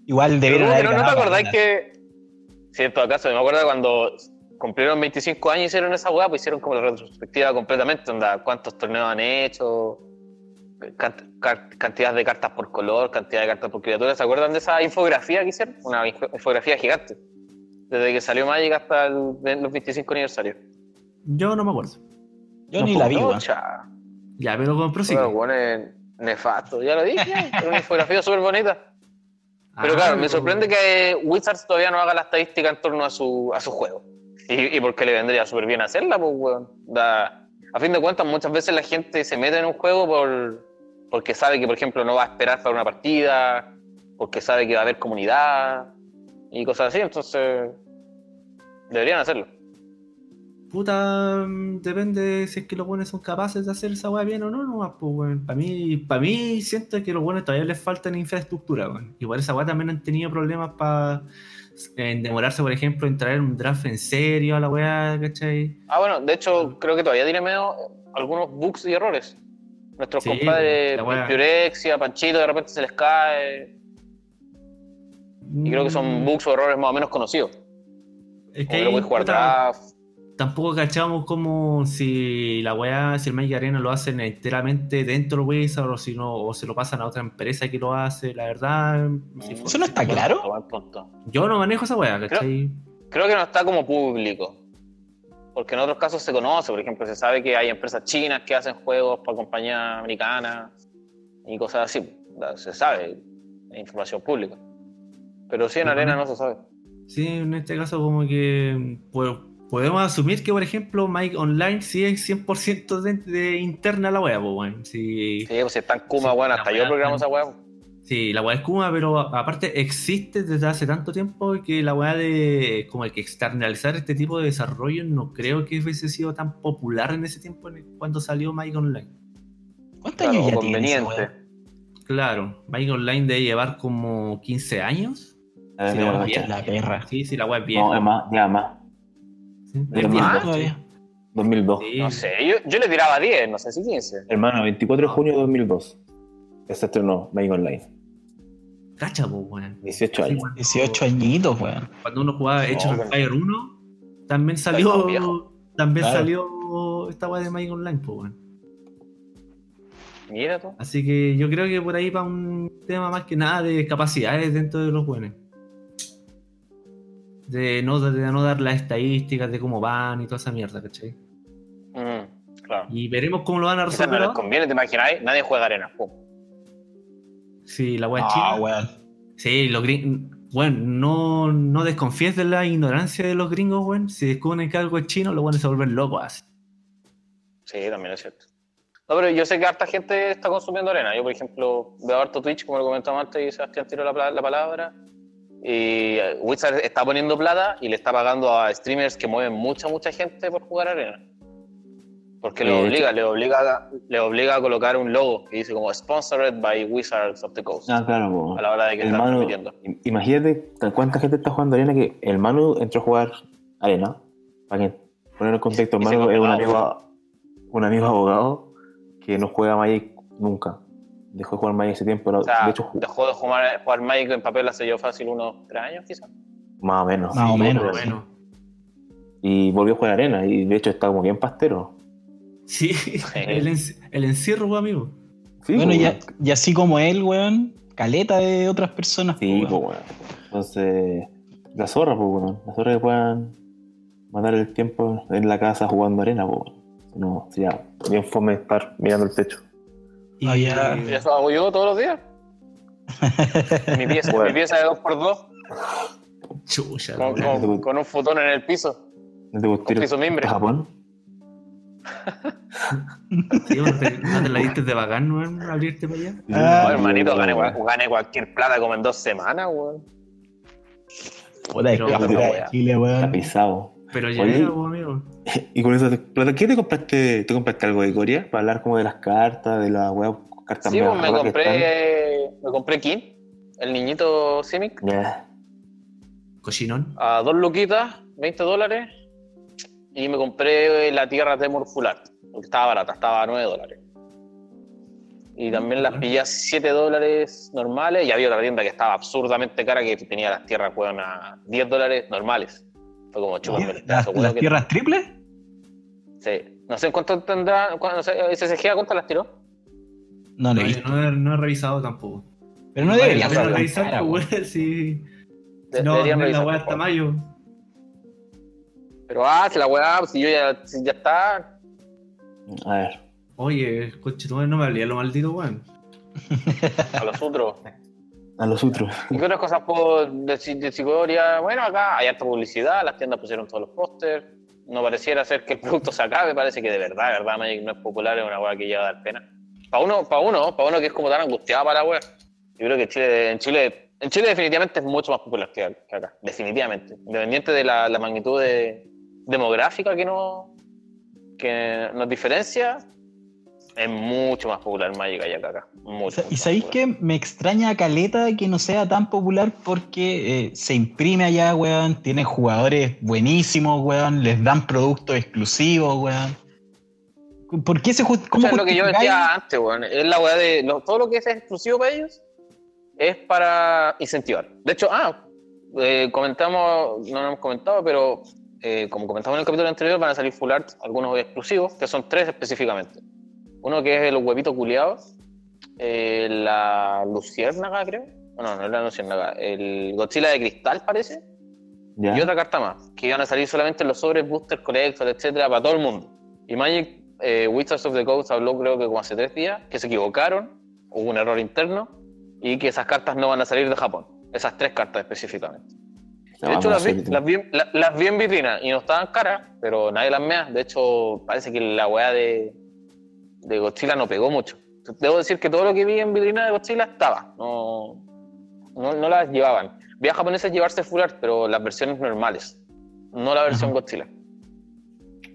B: igual
D: Pero
B: debieron
D: como
B: haber
D: que no, no te
B: ganado la
D: acordáis
B: arena.
D: que. Cierto, acaso, me acuerdo cuando cumplieron 25 años y hicieron esa hueá, pues hicieron como la retrospectiva completamente, onda, cuántos torneos han hecho, cant- car- cantidad de cartas por color, cantidad de cartas por criatura. ¿Se acuerdan de esa infografía que hicieron? Una info- infografía gigante. Desde que salió Magic hasta el- de- los 25 aniversarios.
C: Yo no me acuerdo.
B: Yo ni la vi, weón.
D: Pucha,
C: Ya, pero con prosigue.
D: bueno, bueno, es nefasto, ya lo dije, era una infografía súper bonita. Pero
C: Ah,
D: claro, me
C: pero-
D: sorprende que Wizards todavía no haga la estadística en torno a su, a su juego. Y, y porque le vendría súper bien hacerla, pues, weón. Da- a fin de cuentas, muchas veces la gente se mete en un juego por, porque sabe que, por ejemplo, no va a esperar para una partida, porque sabe que va a haber comunidad y cosas así. Entonces, deberían hacerlo.
C: Puta, mm, depende si es que los buenos son capaces de hacer esa weá bien o no, no, pues, weón. Para mí, para mí siento que los buenos todavía les faltan infraestructura, weón. Igual esa weá también han tenido problemas para demorarse, por ejemplo, en traer un draft en serio a la weá, ¿cachai?
D: Ah, bueno, de
C: Mm.
D: hecho, creo que todavía tiene medio eh, algunos bugs y errores. Nuestros
C: Sí,
D: compadres,
C: la wea.
D: Piurexia, Panchito, de repente se les cae. Y creo que
C: Mm.
D: son bugs o errores más o menos conocidos.
C: Es
D: Como que lo
C: ahí,
D: puedes jugar
C: puta,
D: draft.
C: Tampoco cachamos como si la weá, si el Magic Arena lo hacen enteramente dentro de Wizard o si no, o se lo pasan a otra empresa que lo hace, la verdad. mm,
D: Mm.
C: si fue-
B: ¿Eso no está claro?
D: Buen punto.
C: Yo no manejo esa weá, ¿cachai?
D: Creo que no está como público. Porque en otros casos se conoce, por ejemplo, se sabe que hay empresas chinas que hacen juegos para compañías americanas y cosas así. Se sabe, es información pública. Pero sí en
C: Ujú.
D: arena no se sabe.
C: Sí, en este caso como que pues, podemos asumir que, por ejemplo, Mike Online sí es 100% de, de interna la wea, pues, weón. Sí,
D: Sí, pues si está en Kuma,
C: Sí,
D: bueno,
C: la
D: hasta
C: weá
D: yo programo
C: está
D: esa
C: en-
D: weá.
C: sí, la wea es Kuma, pero a- aparte existe desde hace tanto tiempo que la wea de como el que externalizar este tipo de desarrollo no creo que hubiese sido tan popular en ese tiempo en el- cuando salió Mike Online.
B: ¿Cuántos
D: Claro,
B: años ya tiene esa
D: conveniente.
B: weá?
C: Claro, Mike Online debe llevar como 15 años.
A: Eh,
C: Sí,
A: mira,
C: la
A: no,
C: voy
B: Pucha, La perra.
C: Sí, sí, la wea es vieja.
A: es más, ya más.
C: Sí, es
A: es
C: vieja.
A: más
D: Ah,
B: todavía.
A: 2002.
C: Sí.
D: No sé, yo, yo le tiraba 10, no sé si 15.
A: Hermano, 24 de junio de 2002. Que se estrenó Magic Online.
C: Cacha, pues, weón.
A: 18
C: Sí,
A: años.
C: cuando-
B: 18 añitos, weón.
C: cuando uno jugaba Age of
D: bueno.
C: Empire 1, también
D: todo
C: salió.
D: viejo.
C: También
B: Claro.
C: salió esta weá de Magic Online, pues, weón.
D: Mira tú.
C: Así que yo creo que por ahí va un tema más que nada de capacidades dentro de los buenos. De no, de no dar las estadísticas de cómo van y toda esa mierda, ¿cachai?
D: Mm, claro.
C: Y veremos cómo lo van a
D: Quizás
C: resolver.
D: no les
C: ahora.
D: conviene, te imaginas, nadie juega arena. pum.
C: Sí, la weá es china.
B: Ah, weón.
C: Sí, los gringos. Bueno, no, no desconfíes de la ignorancia de los gringos, weón. Si descubren que algo es chino, los buenos se vuelven locos. así.
D: Sí, también es cierto. No, pero yo sé que harta gente está consumiendo arena. Yo, por ejemplo, veo harto Twitch, como lo comentaba antes, y Sebastián tiró la, pla- la palabra. Y eh, Wizard está poniendo plata y le está pagando a streamers que mueven mucha, mucha gente por jugar arena. Porque
A: Sí,
D: le
A: de
D: obliga, le obliga, a- le obliga a colocar un logo que dice como Sponsored by Wizards of the Coast.
A: Ah, claro, po.
D: a la hora de que
A: El
D: están
A: Manu-
D: transmitiendo.
A: im- Imagínate cu- cuánta gente está jugando arena que el Manu entró a jugar arena. Para que poner en contexto, el
D: Y se
A: Manu es un
D: complicaba.
A: amigo, un amigo abogado que no juega Magic nunca. Dejó de jugar Magic ese tiempo, pero
D: O sea,
A: de hecho ju-
D: dejó de jugar, jugar Magic en papel hace yo fácil unos tres años, quizás.
A: más o menos.
B: Más o
A: Sí,
B: menos.
A: pero-
C: Bueno.
A: Y volvió a jugar arena y de hecho está como bien pastero.
C: Sí, el, enci- el encierro, weón, amigo.
A: Sí,
B: bueno,
A: po,
B: y,
A: weón.
B: a- y así como él, weón, caleta de otras personas.
A: Sí,
B: weón.
A: pues bueno. Entonces, la zorra, pues bueno. La zorra que puedan matar el tiempo en la casa jugando arena, pues bueno. No, sería bien fome estar mirando el techo.
C: Y,
B: Ah, ya.
D: Y eso hago yo todos los días. mi pieza,
A: Bueno.
D: mi pieza de 2x2,
C: Chucha,
D: con,
C: weón.
D: con- con un futón en el piso,
A: ¿No te
D: con
A: gustaría
D: piso mimbre.
A: a Japón?
C: Sí, ¿no, te, no te la diste de bacán, ¿no? weón, Abrirte para allá.
B: Ah,
D: No, hermanito, gané, cua- gané cualquier plata como en dos semanas, weón.
B: Puta, es
C: Pero-
B: que la cultura de
D: weón.
B: Chile, weón.
A: Está pisado.
C: Pero ya
A: Oye.
C: era, weón, amigo.
A: Y con eso, ¿pero ¿qué te compraste? ¿Te compraste algo de Corea? Para hablar como de las cartas, de las web cartas
D: Sí,
A: medias
D: pues me
A: raras que están.
D: compré, me compré King, el niñito Simic,
A: Ya.
C: Cochinón.
D: a dos luquitas, 20 dólares. Y me compré la tierra de Morfular, porque estaba barata, estaba a 9 dólares. Y también las pillé a 7 dólares normales. Y había otra tienda que estaba absurdamente cara que tenía las tierras, weón, a 10 dólares normales. Fue como chupando el
B: ¿Las,
D: pedazo,
B: las
D: weón. que-
B: tierras triples?
D: Sí. No sé en cuánto tendrá. cuán- No sé, SSG a cuánto las tiró.
B: No lo he
C: No, yo
B: visto.
C: no, he- no he revisado tampoco.
B: Pero no
C: Vale,
B: debería
C: la pena
D: saberlo,
C: revisar,
B: cara,
C: pues, weón, sí.
D: De-
C: no,
D: deberían
C: no, la
D: revisar,
C: weá
D: por
C: hasta
D: favor.
C: mayo.
D: Pero ah, si la weá, si yo ya, si ya está.
A: A ver.
C: Oye, coche, no me hablé lo maldito, weón.
D: A los otros.
A: A los otros.
D: ¿Y qué otras cosas puedo decir de Sigoria? Bueno, acá hay harta publicidad, las tiendas pusieron todos los pósters. No pareciera ser que el producto se acabe, parece que de verdad, de verdad, Magic no es popular, es una weá que llega a dar pena. Para uno, para uno, para uno que es como tan angustiado para la weá. Yo creo que Chile, en Chile, en Chile definitivamente es mucho más popular que, que acá, definitivamente. Independiente de la, la magnitud de- demográfica que no que nos diferencia, es mucho más popular Magic allá que acá.
B: O
D: Mucho.
B: sea,
D: mucho
B: ¿Y
D: más
B: sabéis
D: popular.
B: que me extraña a Caleta que no sea tan popular porque eh, se imprime allá, weón, tiene jugadores buenísimos, weón, les dan productos exclusivos, weón. ¿Por qué se justifica?
D: Escucha, es lo que yo decía antes, weón. Es la weá de. lo- todo lo que es exclusivo para ellos es es para incentivar. De hecho, ah, eh, comentamos, no lo hemos comentado, pero eh, como comentamos en el capítulo anterior, van a salir full art algunos exclusivos, que son tres específicamente. Uno que es los huevitos culiados, eh, la luciérnaga, creo. No, no es la luciérnaga, el Godzilla de cristal, parece.
A: Ya.
D: Y otra carta más, que iban a salir solamente en los sobres, booster, collector, etcétera, para todo el mundo. Y Magic eh, Wizards of the Coast habló, creo que como hace tres días, que se equivocaron, hubo un error interno, y que esas cartas no van a salir de Japón. Esas tres cartas específicamente. De hecho, las vi, las, vi, la- las vi en vitrina y no estaban caras, pero nadie las mea. De hecho, parece que la weá de, de Godzilla no pegó mucho. Debo decir que todo lo que vi en vitrina de Godzilla estaba. No, no, no las llevaban. Vi a japoneses llevarse full art, pero las versiones normales. No la versión Godzilla.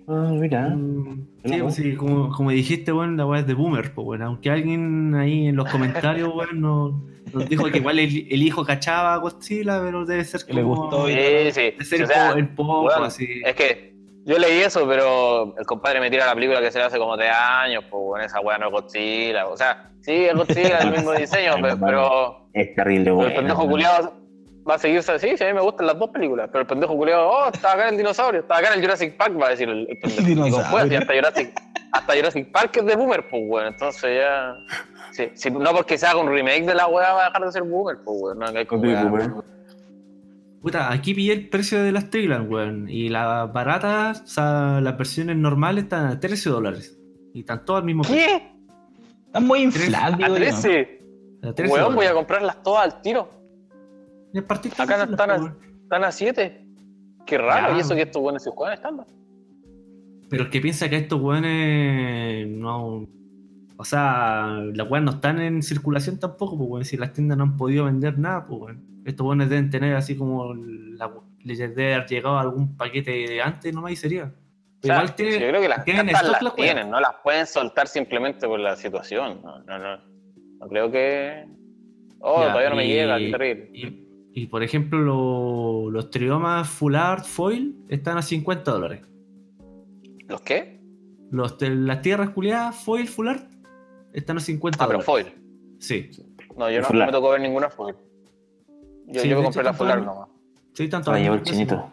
A: Ah, mira.
C: Mm,
A: Una
C: sí,
A: buena.
C: pues, sí, como, como dijiste, bueno, la weá es de boomer, pues bueno, aunque alguien ahí en los comentarios, bueno, no- nos dijo que igual el, el hijo cachaba a Godzilla, pero debe ser
B: Que le
C: como-
B: gustó y-
D: Sí, sí.
C: Debe ser
D: O sea,
C: el poco,
D: weón, eh,
C: así.
D: Es que yo leí eso, pero el compadre me tira la película que se le hace como tres años, pues bueno, esa weá no es Godzilla. O sea, sí, es Godzilla, el mismo diseño, pe- pero,
A: Es terrible,
D: pero
A: güey.
D: el pendejo culiado va a seguir, sí, sí, a mí me gustan las dos películas, pero el pendejo culiado, oh, estaba acá en el dinosaurio, estaba acá en el Jurassic Park, va a decir el, el pendejo. Y con
B: Dinosaurio.
D: fuerza, y hasta Jurassic, hasta Jurassic Park es de boomer, pues bueno, entonces ya... Sí, sí, no porque se haga un remake de la weá va a dejar de ser boomer, pues bueno, no, que hay que weá.
C: Puta, aquí pillé el precio de las Triglan, weón. Y las baratas, o sea, las versiones normales están a 13 dólares. Y están todas al mismo precio.
D: ¿Qué?
B: Están muy
C: Tres-
B: infladas,
D: ¿A
B: digo yo.
D: 13?
C: A 13
D: Weón, voy a
C: dólares.
D: comprarlas todas al tiro.
C: Y el partido
D: acá no
C: las
D: están
C: weón.
D: Están a 7. Qué raro,
C: Ya.
D: y eso que estos buenos se juegan estándar.
C: Pero el que piensa que estos weones no. O sea, las weas no están en circulación tampoco, pues weón. Si las tiendas no han podido vender nada, pues weón. Estos weones deben tener así como. La, les debe haber llegado algún paquete de antes nomás y sería.
D: O sea,
C: Igual tiene.
D: yo creo que las
C: tienen
D: cartas
C: stock
D: las
C: las weas.
D: tienen, no las pueden soltar simplemente por la situación. No, no, no. No creo que. Oh,
C: Ya,
D: todavía no me
C: y-
D: llega, qué terrible.
C: Y, y, por ejemplo, lo- los triomas Full Art Foil están a 50 dólares.
D: ¿Los qué?
C: Los, de las tierras culiadas Foil Full Art están a 50
D: Ah, pero
C: dólares.
D: foil.
C: Sí,
D: No, yo no
A: Full
D: no me
A: art.
D: tocó ver ninguna foil. Yo,
C: Sí,
D: yo
C: de
D: compré
C: hecho,
D: la full art
C: tampoco-
D: nomás.
C: sí, tanto.
A: Ah, llevo el
C: tanto-
A: chinito.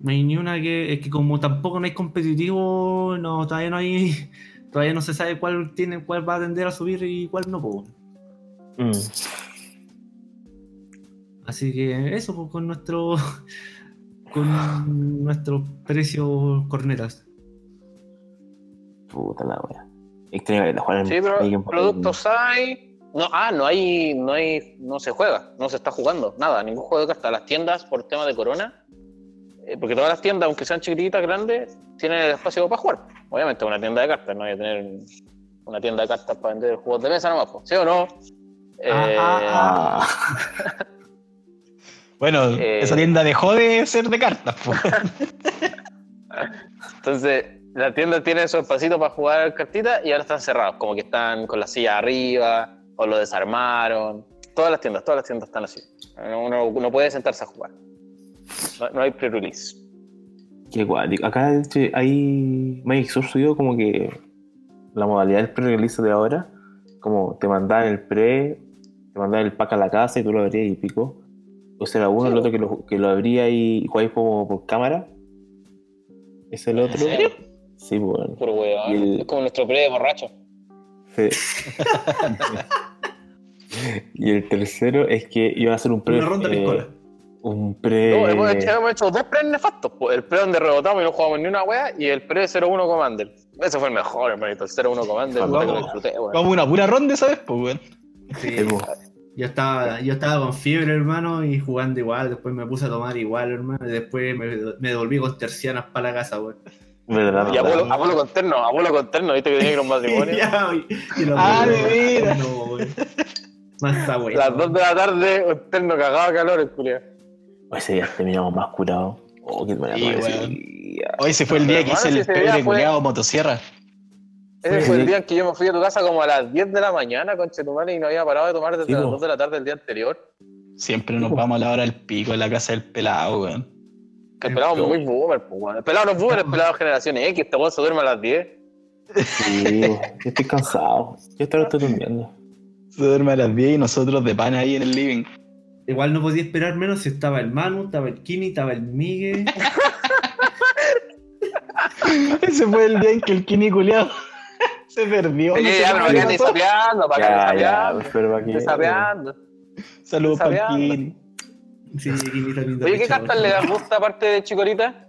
C: No hay ni una que, es que como tampoco no hay competitivo, no, todavía no hay, todavía no se sabe cuál tiene, cuál va a tender a subir y cuál no. pues.
A: Mm.
C: Así que eso, pues, con nuestro, con nuestros precios cornetas.
A: Puta la wea. Extraño que te jueguen-
D: Sí, pero
A: jueguen-
D: productos hay. No, ah, no hay, no hay, no se juega, no se está jugando, nada, ningún juego de cartas. Las tiendas, por tema de corona, eh, porque todas las tiendas, aunque sean chiquititas, grandes, tienen el espacio para jugar. Obviamente, una tienda de cartas, no voy a tener una tienda de cartas para vender juegos de mesa nomás, po, ¿sí o no? Eh,
C: ah,
A: Ah,
B: Bueno,
D: Eh.
B: esa tienda dejó de ser de cartas. po.
D: Entonces, la tienda tiene esos espacitos para jugar cartitas y ahora están cerrados, como que están con la silla arriba o lo desarmaron. Todas las tiendas, todas las tiendas están así. Uno no puede sentarse a jugar. No, no hay pre-release.
A: qué guay. Acá de hecho, hay. Magic Sur subió como que la modalidad del pre-release de ahora. Como te mandaban el pre, te mandaban el pack a la casa y tú lo abrías y pico. O sea, era uno, el otro que lo, que lo abría y jugáis como por cámara. Es el otro.
D: serio?
A: Sí, pues, bueno.
D: Puro
A: Y
D: weón.
A: el-
D: Es como nuestro pre de borracho.
A: Sí. y el tercero es que iba a ser un pre.
C: una ronda
A: eh,
C: piscola.
A: un pre.
D: No, hemos, hecho, hemos hecho dos pre nefastos. po. El pre donde rebotamos y no jugamos ni una wea y el pre 01 Commander. Ese fue el mejor, hermanito. El 01 Commander.
A: Vamos.
D: puta que lo disfruté, weón.
B: Vamos a una pura ronda, ¿sabes? Pues, weón.
C: sí.
D: eh,
A: Sí, po.
C: Yo estaba, yo estaba con fiebre, hermano, y jugando igual. Después me puse a tomar igual, hermano. Y después me, me devolví con tercianas para la casa, weón.
A: Verdad,
D: Y
A: verdad.
D: Apolo, Apolo con terno, Apolo con terno, viste que tenía que ir a un matrimonio.
C: Ya, y- y los-
B: Ah, de veras.
C: No, weón. Más está, weón.
D: Las 2 de la tarde, un terno cagado de calor, el culiao.
A: Hoy ese día terminamos más curados. Oh, qué buena
B: Sí,
A: madre,
B: weón.
A: ese día.
B: Hoy se fue el día que hice
D: Hermano, si
B: el
D: ese
B: pebre
D: día fue-
B: culiado motosierra.
D: Ese
A: Sí.
D: fue el día en que yo me fui a tu casa como a las 10 de la mañana, conchetumare, y no había parado de tomar desde
A: Sí,
D: las
A: po.
D: 2 de la tarde el día anterior.
B: Siempre nos vamos a la hora del pico en la casa del pelado, weón.
D: Que el pelado es
A: Pero-
D: muy boomer, pues, weón. El pelado no es boomer, el pelado es generación X, este weón se duerme a las 10.
A: Sí, yo estoy cansado. Yo hasta ahora estoy durmiendo.
B: Se duerme a las 10 y nosotros de pan ahí en el living.
C: Igual no podía esperar menos si estaba el Manu, estaba el Kini, estaba el Migue.
B: Ese fue el día en que el Kini culiado se perdió. no sé
D: ya,
B: cómo
D: pero acá
B: pasó.
D: ni sapeando, para acá
A: Ya,
D: ni
A: ya,
D: sapeando.
A: pero aquí.
D: Ni sapeando.
B: Saludos para el
D: Sapeando.
B: Kini.
C: Sí, Kini también.
D: Oye, ¿qué
C: cabrón.
D: cartas le gusta aparte de Chicorita?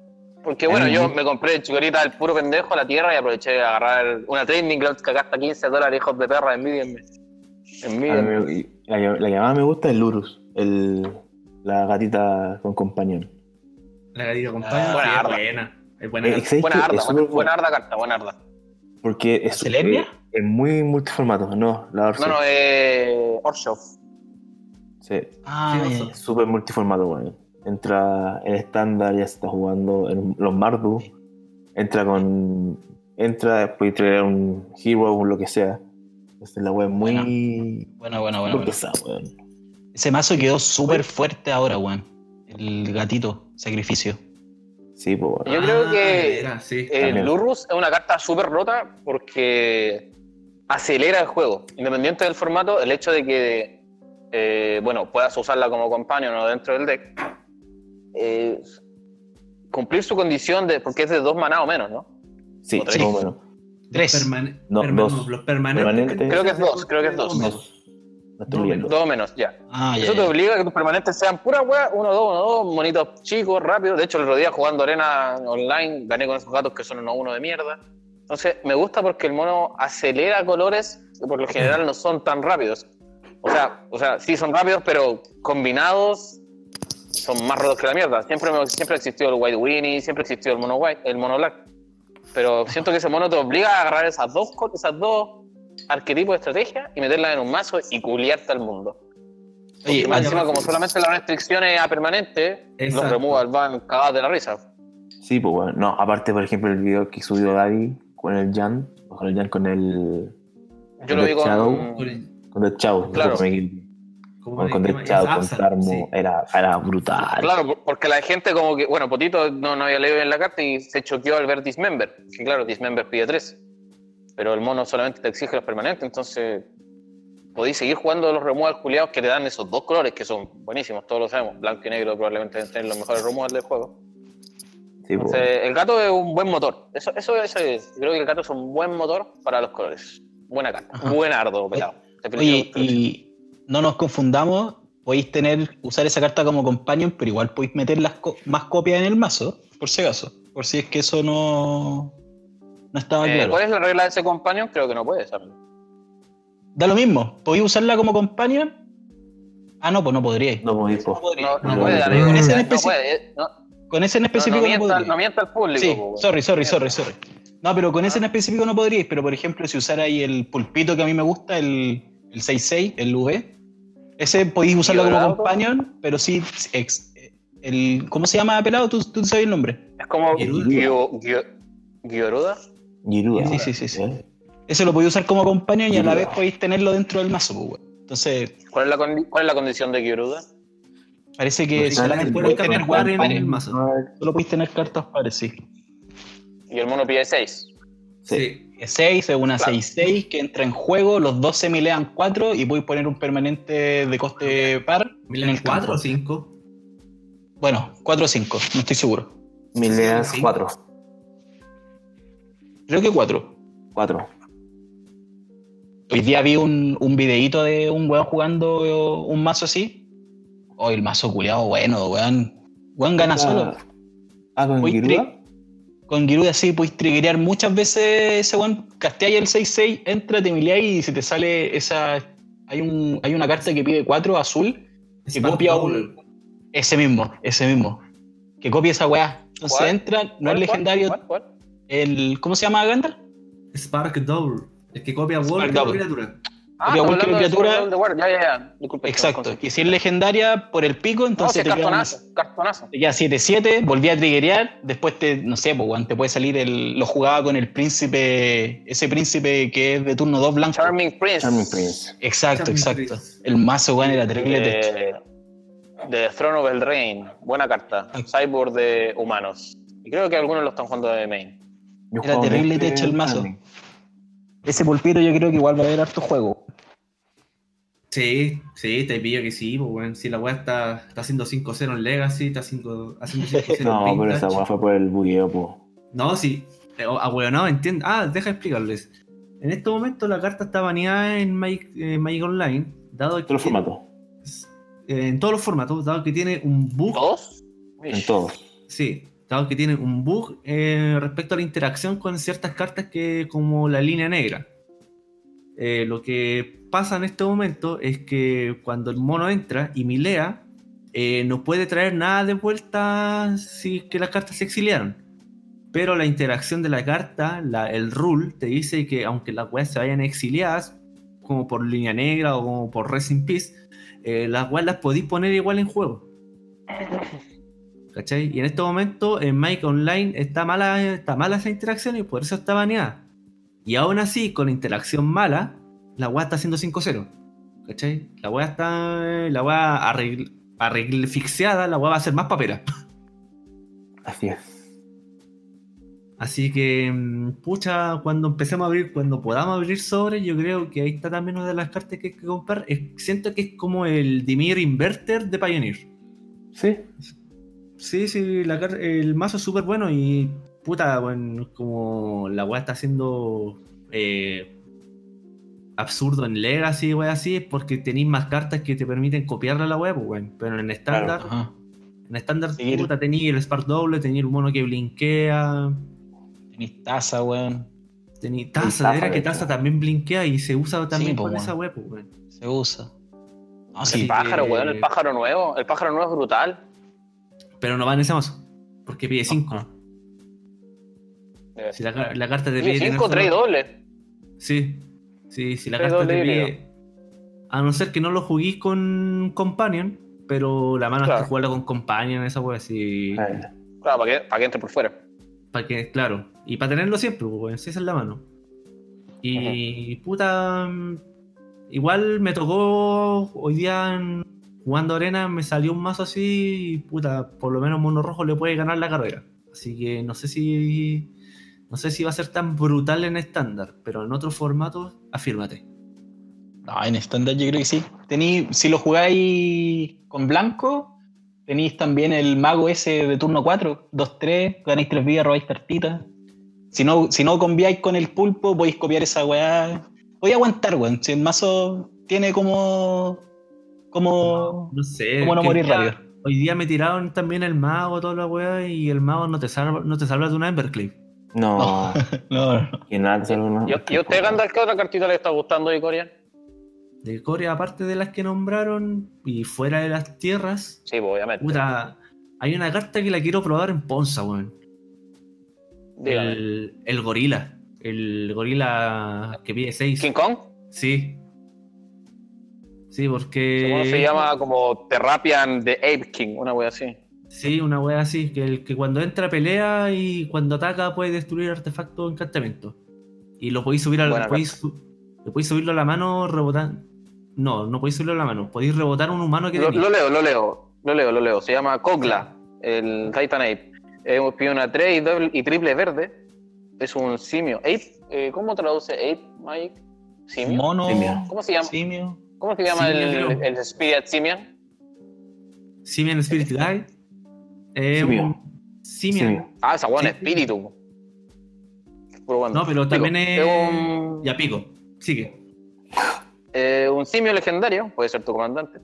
D: Porque
A: Eh,
D: bueno, yo me compré el Chicorita al puro pendejo a la tierra y aproveché de agarrar una Trading Grounds que gasta 15 dólares, hijos de perra, envidienme.
A: A
D: Envidienme.
A: mí- La, que- la que más me gusta es Lurus, el, la gatita con compañero.
C: La carita acompaña.
D: Ah, buena
C: sí,
D: arda.
C: es buena. Es buena.
A: Eh, ¿sabes qué?
C: carta.
D: Buena
A: Es
D: arda, buena,
A: súper
D: buena arda carta, buena arda.
A: bueno, Porque es,
B: ¿Selenia?
A: eh, es muy multiformato, no, la Orso.
D: No, eh. no, eh. Orshoff.
A: Sí,
B: Ah,
C: Sí,
B: ya,
C: nosotros.
A: es súper multiformato, weón. Entra en estándar, ya se está jugando en los Mardu. Entra con. Entra, puede traer un hero o lo que sea. Entonces la wea es muy.
B: Buena. Bueno, bueno, bueno.
A: muy
B: bueno.
A: pesada, weón.
B: Ese mazo quedó súper fuerte ahora, weón. El gatito, sacrificio.
A: Sí, pues, weón.
D: Yo creo
C: Ah,
D: que- eh,
C: de veras, sí.
D: El
A: También.
D: Lurrus es una carta súper rota porque acelera el juego. Independiente del formato, el hecho de que eh, bueno, puedas usarla como companion o dentro del deck, eh, cumplir su condición de. porque es de dos maná o menos, ¿no?
A: Sí,
D: Otra
A: más o
B: vez.
A: menos.
B: Tres.
C: Permane-
A: No,
C: perma-
A: dos.
C: no, Los permanentes.
A: Permanente.
D: Creo que es dos, creo que es dos.
A: No, no estoy leyendo.
D: Dos o menos, ya.
B: Ah, ya,
D: Eso te
B: ya.
D: obliga a que tus permanentes sean pura weá, uno, dos, uno, dos, monitos chicos, rápidos. De hecho, el otro día jugando arena online, gané con esos gatos que son uno, uno de mierda. Entonces, me gusta porque el mono acelera colores que por lo general no son tan rápidos. O sea, o sea sí son rápidos, pero combinados son más rotos que la mierda. Siempre, me- siempre existió el White Winnie, siempre existió el mono white, el mono black. Pero siento que ese mono te obliga a agarrar esas dos, co- esas dos arquetipos de estrategia y meterlas en un mazo y culiarte al mundo.
B: Oye,
D: Y más
B: Manu,
D: encima, como solamente la restricción es a permanente,
C: Exacto.
D: los removals van cagados de la risa.
A: Sí, pues bueno. No, aparte, por ejemplo, el video que subió Daddy con el Jan, o con el Jan con el.
D: Yo lo mm, vi con.
A: Shadow. con el Chau.
D: Claro.
A: con el-
C: ¿cómo
A: Con,
C: se
A: con
C: llama?
A: el Chau,
C: Es
A: con
C: Absal,
A: Tarmo, eh,
C: sí.
A: era, era brutal.
D: Claro, por- porque la gente, como que. Bueno, Potito no, no había leído bien la carta y se choqueó al ver Dismember. Que claro, Dismember pide 3. Pero el mono solamente te exige los permanentes, entonces. Podéis seguir jugando los removals culiados que te dan esos dos colores que son buenísimos, todos lo sabemos. Blanco y negro probablemente deben tener los mejores removals del juego.
A: Sí, pues, bueno.
D: Entonces, el gato es un buen motor. Eso, eso, eso es. Creo que el gato es un buen motor para los colores. Buena carta.
B: Ajá.
D: Buen ardo, pelado.
B: Oye,
D: Definitivamente.
B: y no nos confundamos, podéis tener, usar esa carta como companion, pero igual podéis meter las co- más copias en el mazo, por si acaso. Por si es que eso no, no estaba
D: Eh,
B: claro.
D: ¿Cuál es la regla de ese companion? Creo que no puede ser.
B: Da lo mismo, podéis usarla como companion. Ah, no, pues no podríais.
A: No podéis, pues.
B: No podríais.
D: No, no
A: No,
D: puede,
A: no,
D: amigo.
A: no,
D: No,
B: ese en especi-
D: puede. eh, No, no-
B: Con ese en
D: no,
B: específico no,
D: mienta,
B: podríais.
D: no mienta al público. pues,
B: Sí,
D: po,
B: sorry, sorry,
D: Mierda.
B: sorry, sorry. No, pero con ese en específico no podríais, pero por ejemplo, si usarais el pulpito que a mí me gusta, el, el 6-6, el V, ese podéis usarlo como
D: Dorado.
B: companion, pero sí, ex- el, ¿cómo se llama pelado? ¿Tú, tú sabes el nombre.
D: Es como
C: Gioruda.
D: Gio- Gio- Gioruda.
A: Giruda.
B: Sí, sí, sí, sí.
A: ¿eh?
B: Ese lo podéis usar como companion y a la
A: Dorado.
B: vez podéis tenerlo dentro del mazo, pues, weón. Entonces,
D: ¿Cuál es la, condi- cuál es la condición de Gioruda?
B: parece
C: Porque
B: que solamente
C: después
B: podéis
C: lo
B: tener
C: capturan
B: weón, pares.
C: en el mazo.
B: Solo podéis tener cartas pares, sí.
D: Y el mono pide 6.
C: Sí.
B: 6 es una
D: Claro.
B: 6-6 que entra en juego, los dos se milean 4 y podéis poner un permanente de coste par. en
C: Milan
B: el
C: 4 o
B: campo.
C: 5.
B: Bueno, 4 o 5, no estoy seguro.
A: Mileas
C: Sí.
A: 4.
B: Creo que 4.
A: 4.
B: Hoy día vi un, un videíto de un weón jugando eh, un mazo así. Oh, el mazo culiado bueno, weón. Weón gana solo.
A: Ah, con
B: Voy
A: Giruda.
B: tri- Con Giruda así puedes triggerear muchas veces ese weón. Casteáis el 6-6, entra, te mileáis y se te sale esa. Hay, un, hay una carta que pide 4 azul que copia un- Ese mismo, ese mismo. Que copia esa weá. Entonces
D: ¿Cuál?
B: entra, no es legendario.
D: ¿Cuál? ¿Cuál?
B: El, ¿Cómo se llama Gandalf?
C: Spark Double. El que copia World
B: Double.
C: criatura.
D: Ah,
B: Copia
D: estamos
B: cualquier
D: hablando de
B: criatura.
D: Sword of the Ward. Ya, ya, ya. Disculpe.
B: Exacto. Y si es legendaria por el pico,
D: No, si
B: entonces
D: es
B: te queda una-
D: cartonazo. Cartonazo.
B: te queda 7-7, volví a triggerear, después te, no sé, pues, weón, te puede salir el. Lo jugaba con el príncipe, ese príncipe que es de turno 2 blanco.
D: Charming Prince.
A: Charming Prince.
B: Exacto,
C: Charming
B: exacto.
C: Prince.
B: El mazo, weón, era terrible. techo.
D: de, de Throne of Eldraine. Buena carta.
B: Ay.
D: Cyborg de humanos. Y creo que algunos lo están jugando de main.
A: Yo
B: Era
A: jugaba
B: terrible
A: este
B: techo el mazo.
A: Charming.
B: Ese pulpito yo creo que igual va a haber harto juego.
C: Sí, sí, te pillo que sí, pues, weón. Si la weá está, está haciendo 5-0 en Legacy, está haciendo, haciendo 5-0
E: No,
C: en
E: pero
C: Vintage.
E: esa weá fue por el bugueo, po.
C: No, sí. Eh, o- Ah, weón, no, entiendo. Ah, deja explicarles. En este momento la carta está baneada en Magic, eh, Magic Online, dado
E: Todos los
C: que,
E: formatos,
C: eh, en todos los formatos, dado que tiene un bug.
E: Oh,
D: ¿Todos?
E: en todos.
C: Sí, dado que tiene un bug eh, respecto a la interacción con ciertas cartas que como la línea negra. Eh, lo que pasa en este momento es que cuando el mono entra y milea, eh, no puede traer nada de vuelta si es que las cartas se exiliaron. Pero la interacción de la carta, la- el rule, te dice que aunque las weas se vayan exiliadas, como por línea negra o como por Rest in Peace, eh, las weas las podéis poner igual en juego. ¿Cachai? Y en este momento en Mike Online está mala, está mala esa interacción y por eso está baneada. Y aún así, con la interacción mala, la weá está haciendo 5-0. ¿Cachai? La weá está. La weá arregl, arreglifixiada, la weá va a ser más papera.
E: Así es.
C: Así que, mm, pucha, cuando empecemos a abrir, cuando podamos abrir sobre, yo creo que ahí está también una de las cartas que hay que comprar. Es- siento que es como el Dimir Inverter de Pioneer.
E: Sí,
C: Sí, sí, la car- el mazo es súper bueno y puta, bueno, como la weá está siendo eh, absurdo en Legacy, weá, así, es porque tenéis más cartas que te permiten copiarla a la weá, pues, weón. Pero en estándar,
B: Ajá.
C: en estándar,
B: Seguir.
C: puta, tenéis el Spark doble, tenéis el mono que blinquea,
B: Tenís taza, weón.
C: tenéis
E: Taza,
C: taza, era
E: de
C: que
E: hecho.
C: taza también blinquea y se usa también
B: pues,
C: con
B: weón.
C: esa weá, pues, weón.
B: Se usa. No,
C: Así
B: sí,
D: El pájaro,
C: que-
D: weón, el pájaro nuevo. El pájaro nuevo es brutal.
C: Pero no va en ese mazo, porque pide 5. Si la, ca- la carta te pide.
D: Y
C: tener
D: 5
C: solo-
D: trade doble.
C: Sí, sí, si la
D: Pero
C: carta te
D: libre.
C: pide. A no ser que no lo juguís con Companion, pero la mano
D: Claro.
C: es que jugarlo con Companion, esa wea, así.
E: Ahí.
D: Claro, para que, para que entre por fuera.
C: Para que, claro. Y para tenerlo siempre, pues, weón, si esa es la mano. Y puta. mm, Igual me tocó hoy día en- jugando arena, me salió un mazo así y puta, por lo menos Mono Rojo le puede ganar la carrera. Así que no sé si. No sé si va a ser tan brutal en estándar, pero en otro formato, afírmate.
B: No, en estándar yo creo que sí. Tení, si lo jugáis con blanco, tenéis también el mago ese de turno 4, 2-3, ganáis 3 vidas, robáis cartitas. Si no, si no conviáis con el pulpo, podéis copiar esa weá. Voy a aguantar, weón. Si el mazo tiene como. como.
C: No sé.
B: como no
C: Eh, que
B: morir
C: hoy día-
B: rápido.
C: Hoy día me tiraron también el mago, toda la weá, y el mago no te salva, no te salva de una Emberclip.
E: No,
B: No, no, no.
E: que nada, que salga una-
D: ¿Y,
A: Ah,
D: y usted, Gandalf, qué otra cartita le está gustando ahí, Corea?
C: De Corea, aparte de las que nombraron, y fuera de las tierras,
D: Sí, pues, obviamente.
C: puta, hay una carta que la quiero probar en Ponza, weón.
D: Dígame.
C: El, el gorila. El gorila que pide 6.
D: ¿King Kong?
C: Sí. Sí,
D: ¿Cómo
C: porque.
D: se llama? Como Terrapian de Ape King, una wea así.
C: Sí, una wea así, que el que cuando entra pelea y cuando ataca puede destruir artefacto o encantamiento. Y lo podéis subir al,
D: Buena
C: podéis su- lo podéis subirlo a la mano rebotando. No, no podéis subirlo a la mano, podéis rebotar un humano que Ah.
D: Lo,
C: tenéis.
D: lo leo, lo leo, lo leo, lo leo. Se llama Cogla, el Titan Ape. Es un piona 3 y, doble- y triple verde. Es un simio. Ape, eh, ¿cómo traduce Ape, Mike? ¿Simio?
B: Mono.
E: Simio.
D: ¿Cómo se llama?
B: Simio.
D: ¿Cómo se llama
C: Simio,
D: el,
C: creo.
D: el Spirit Simian?
C: Simian Spirit Guide. Eh,
E: Simio.
C: un-
E: Sí,
C: Simian.
D: Ah, esa wea
C: Sí.
D: es espíritu. Puro bueno.
C: No, pero también
D: Digo,
C: es-
D: un,
C: Ya pico. Sigue.
D: eh, un simio legendario, puede ser tu comandante.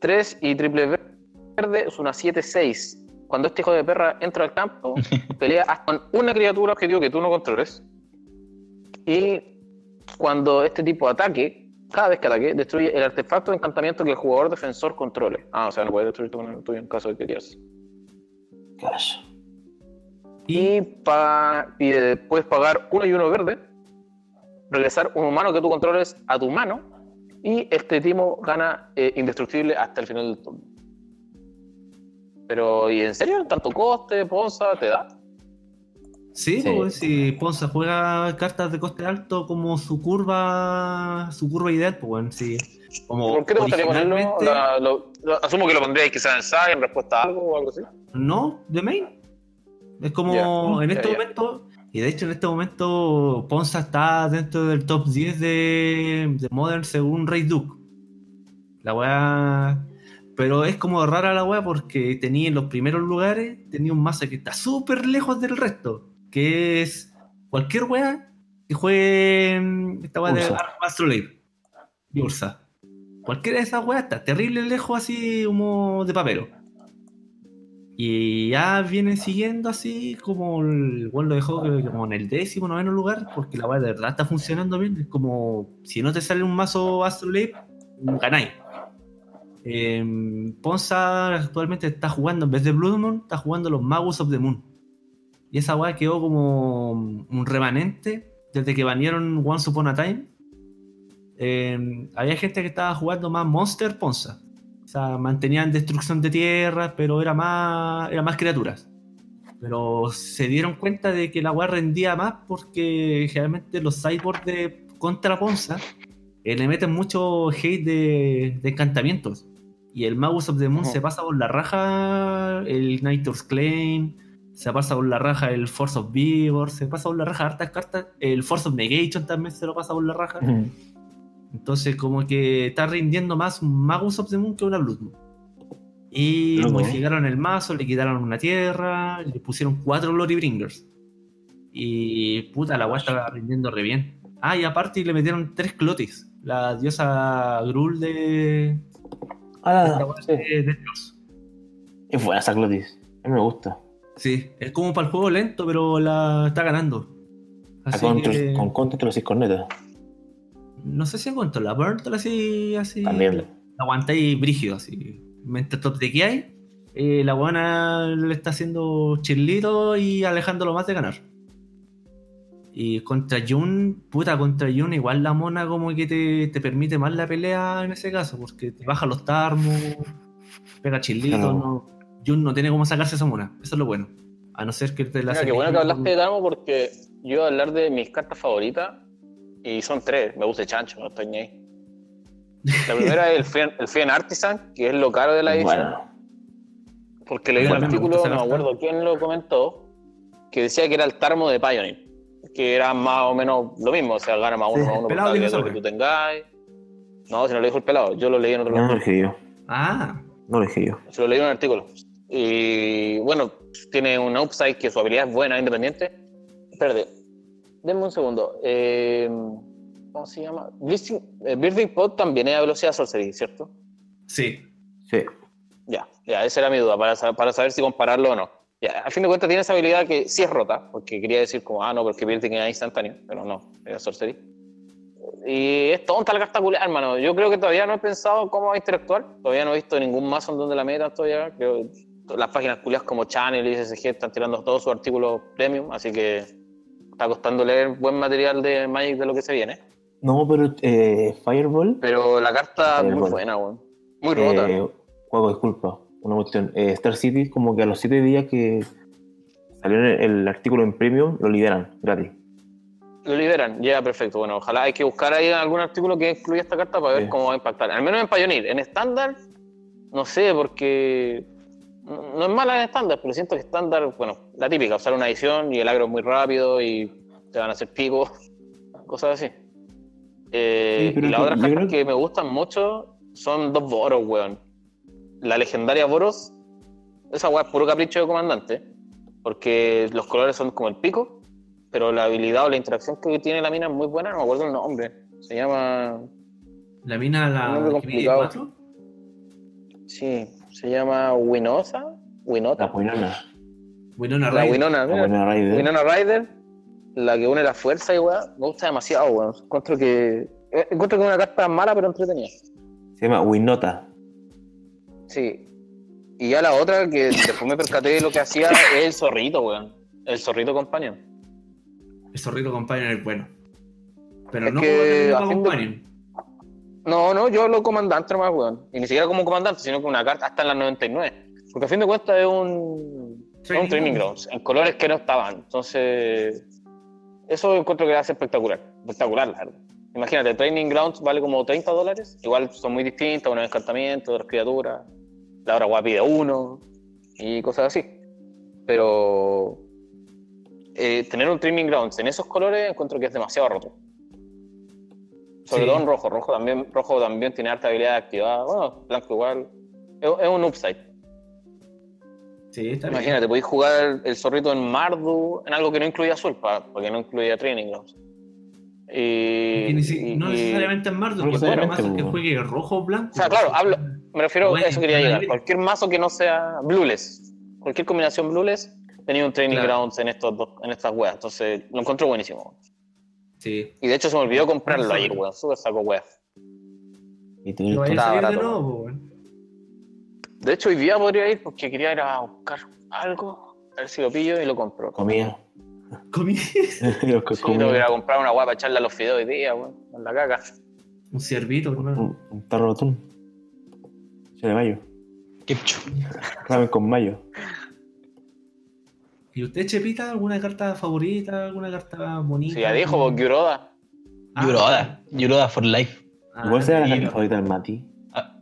D: 3 y triple ver- verde es una 7-6. Cuando este hijo de perra entra al campo, pelea hasta con una criatura objetivo que tú no controles. Y cuando este tipo ataque, cada vez que ataque, destruye el artefacto de encantamiento que el jugador defensor controle. Ah, o sea, no puede destruir tu tu- en caso de que quieras.
E: Cash.
C: Y
D: Y, pa- y, eh, puedes pagar uno y uno verde, regresar un humano que tú controles a tu mano, y este timo gana eh, indestructible hasta el final del turno. Pero, ¿y en serio? ¿Tanto coste, posa, te da?
C: sí,
E: Sí.
C: pues, si Ponza juega cartas de coste alto como su curva. su curva ideal, pues bueno, sí. Como
D: ¿Por qué te gustaría ponerlo?
C: originalmente-
D: La- lo- lo- asumo que lo pondríais quizás en saga en respuesta a algo o algo así.
C: No, de main. Es como
D: Ya,
C: en
D: ya,
C: este
D: ya.
C: momento, y de hecho en este momento Ponza está dentro del top 10 de, de Modern según Ray Duke. La weá. Pero es como rara la weá porque tenía en los primeros lugares, tenía un mazo que está súper lejos del resto. Que es cualquier weá que juegue mm, esta weá de
E: Ursa.
C: Ar- Astrolabe y Ursa. Cualquiera de esas weas está terrible lejos así humo de papero. Y ya viene siguiendo así como el weón lo dejó creo que como en el décimo noveno lugar, porque la weá de verdad está funcionando bien. Es como si no te sale un mazo Astrolabe, ganáis. Eh, Ponza actualmente está jugando, en vez de Blood Moon, está jugando los Magus of the Moon. Y esa weá quedó como un remanente desde que banearon Once Upon a Time. Eh, había gente que estaba jugando más Monster Ponza. O sea, mantenían destrucción de tierras, pero era más, era más criaturas. Pero se dieron cuenta de que la weá rendía más porque generalmente los cyborgs de contra Ponza eh, le meten mucho hate de, de encantamientos. Y el Magus of the Moon
D: Ujú.
C: se pasa por la raja el Knightor's Claim, se pasa por la raja el Force of Vigor, se pasa por la raja hartas cartas. El Force of Negation también se lo pasa por la raja.
E: Mm.
C: Entonces, como que está rindiendo más un Magus of the Moon que una Blood Moon. Y
E: Blood Moon.
C: modificaron el mazo, le quitaron una tierra, le pusieron cuatro Glory Bringers. Y puta, la weá está rindiendo re bien. Ah, y aparte le metieron tres Clotis, la diosa Grul de,
E: Ah, sí.
C: de, de Dios.
E: Es buena esa Clotis. A mí me gusta.
C: Sí, es como para el juego lento, pero la está ganando.
E: A
C: Así
E: control-
C: que,
E: Con control te lo haces corneta.
C: no sé si en cuanto la Bird, así, así.
E: También.
C: la aguantáis brígido, así. Mientras top de que hay, eh, la buena le está haciendo chirlito y alejándolo más de ganar. Y contra Jun, puta, contra Jun, igual la mona como que te, te permite más la pelea en ese caso, porque te baja los tarmos, pega chirlito.
E: Claro.
C: No, Jun no tiene cómo sacarse esa mona, eso es lo bueno. A no ser que te
D: Mira,
C: la
D: qué
C: saques
D: bueno que
C: con-
D: hablaste de Darmo porque yo iba a hablar de mis cartas favoritas y son tres. Me gusta Chancho, no estoy ni ahí. La primera es el Fiend, el Fiend Artisan, que es lo caro de la edición.
E: Bueno,
D: porque leí un
C: Bueno, me gusta
D: artículo,
C: esa
D: no me
C: carta.
D: acuerdo quién lo comentó, que decía que era el Tarmo de Pioneer. Que era más o menos lo mismo, o sea, gana más uno,
C: Sí,
D: más
C: el
D: uno por
C: pelado
D: cada
C: dijo
D: criatura que
C: eso,
D: tú tengáis. No, si no lo dijo el pelado, yo lo leí en otro
E: no
D: lado.
E: lo dije yo.
C: Ah,
E: No lo dije yo.
D: Se lo leí en un artículo. Y bueno, tiene un upside que su habilidad es buena, independiente. Espérate, denme un segundo. Eh, ¿Cómo se llama? Blissing- eh, Birthing Pod también es a velocidad sorcery, ¿cierto?
C: sí.
E: Sí.
D: Ya, ya, esa era mi duda, para, sa- para saber si compararlo o no. Ya, a fin de cuentas tiene esa habilidad que sí es rota, porque quería decir como, ah, no, porque Building era instantáneo, pero no, era Sorcery. Y es tonta la carta culiá, hermano. Yo creo que todavía no he pensado cómo va a interactuar, todavía no he visto ningún mazo en donde la metan todavía. Creo que to- las páginas culiadas como Channel y SSG están tirando todos sus artículos premium, así que está costando leer buen material de Magic de lo que se viene.
E: No, pero eh, Fireball.
D: Pero la carta
E: Está
D: es
E: bien
D: muy
E: buena.
D: buena, weón. Muy rota.
E: Eh, juego, disculpa, una cuestión. Eh, Star City, como que a los 7 días que salió el, el artículo en premium, lo liberan gratis.
D: Lo liberan, ya, perfecto. Bueno, ojalá hay que buscar ahí algún artículo que incluya esta carta para ver
E: Sí.
D: cómo va a impactar. Al menos en Pioneer. En estándar, no sé, porque no no es mala en estándar, pero siento que estándar, bueno, la típica, usar una edición y el agro es muy rápido y te van a hacer picos, cosas así. Eh,
E: Sí, pero
D: y las
E: yo
D: otras cartas
E: creo-
D: que me gustan mucho son dos Boros, weón. La legendaria Boros, esa weá es puro capricho de comandante, porque los colores son como el pico, pero la habilidad o la interacción que tiene la mina es muy buena, no me acuerdo el nombre. Se llama.
C: La mina,
D: Un
C: la.
D: nombre
C: la que mide
D: complicado.
C: cuatro.
D: Sí, se llama Winosa. Winota.
E: La Winona.
C: Winona
D: La
C: Ryder.
D: Winona,
E: La
D: mira.
E: Winona Ryder.
D: Winona Ryder, la que une la fuerza y weá, me gusta demasiado, weón. Encuentro que. eh, Encuentro que es una carta mala pero entretenida.
E: Se llama Winota.
D: Sí. Y ya la otra que después me percaté de lo que hacía es el zorrito, weón. El zorrito compañero.
C: El zorrito companion es bueno. Pero
D: Es
C: no
D: que,
C: como
D: a fin
C: técnico
D: de-
C: companion.
D: No, no, yo hablo comandante nomás, weón. Y ni siquiera como comandante, sino con una carta hasta en la 99. Porque a fin de cuentas es un. Es un training grounds, en colores que no estaban. Entonces, eso encuentro que hace espectacular. Espectacular, la verdad. Imagínate, training grounds vale como 30 dólares. Igual son muy distintas, uno es encantamiento, otras criaturas. La hora guapi de uno y cosas así. Pero eh, tener un training grounds en esos colores encuentro que es demasiado roto. Sobre
C: Sí.
D: todo en rojo. Rojo también, rojo también tiene harta habilidad activada. Bueno, blanco igual. Es, es un upside.
C: Sí, está bien.
D: Imagínate, podéis jugar el zorrito en Mardu, en algo que no incluía azul, pa- porque no incluía Training Grounds. Y,
C: Y ni si-
D: y-
C: no
D: y-
C: necesariamente en Mardu,
A: no
C: porque bueno, más
A: necesariamente,
C: es que
A: po.
C: juegue rojo o blanco.
D: O sea, claro, hablo- me refiero
C: Bueno,
D: a eso quería llegar.
C: libre.
D: Cualquier mazo que no sea Blueless, cualquier combinación Blueless, tenía un Training
C: Claro.
D: Grounds en, estos dos, en estas weas. Entonces lo encontré buenísimo.
C: Sí.
D: Y de hecho se me olvidó comprarlo
C: Eso.
D: ayer, weón. Súper saco weas.
A: Y tenía
C: No vaya a
D: Estaba
C: salir de
D: barato.
C: nuevo, po, weón.
D: De hecho, hoy día podría ir porque quería ir a buscar algo, a ver si lo pillo y lo compro.
A: comida.
C: Comí
A: Lo que
D: Sí, tengo que ir
A: comía.
D: a comprar una guapa para echarle a los fideos hoy día, weón. En la caca.
C: un ciervito, hermano.
A: Un, un tarro de atún. Yo de mayo.
B: Ketchup.
A: Ramen con mayo.
C: ¿Y usted, Chepita, alguna carta favorita? ¿Alguna carta bonita?
D: Sí, ya dijo, vos, Gyuroda.
C: Ah,
B: Yuroda. Yuroda for life.
C: ah,
A: Igual será la carta
C: tranquilo.
A: favorita del Mati.
B: Ah.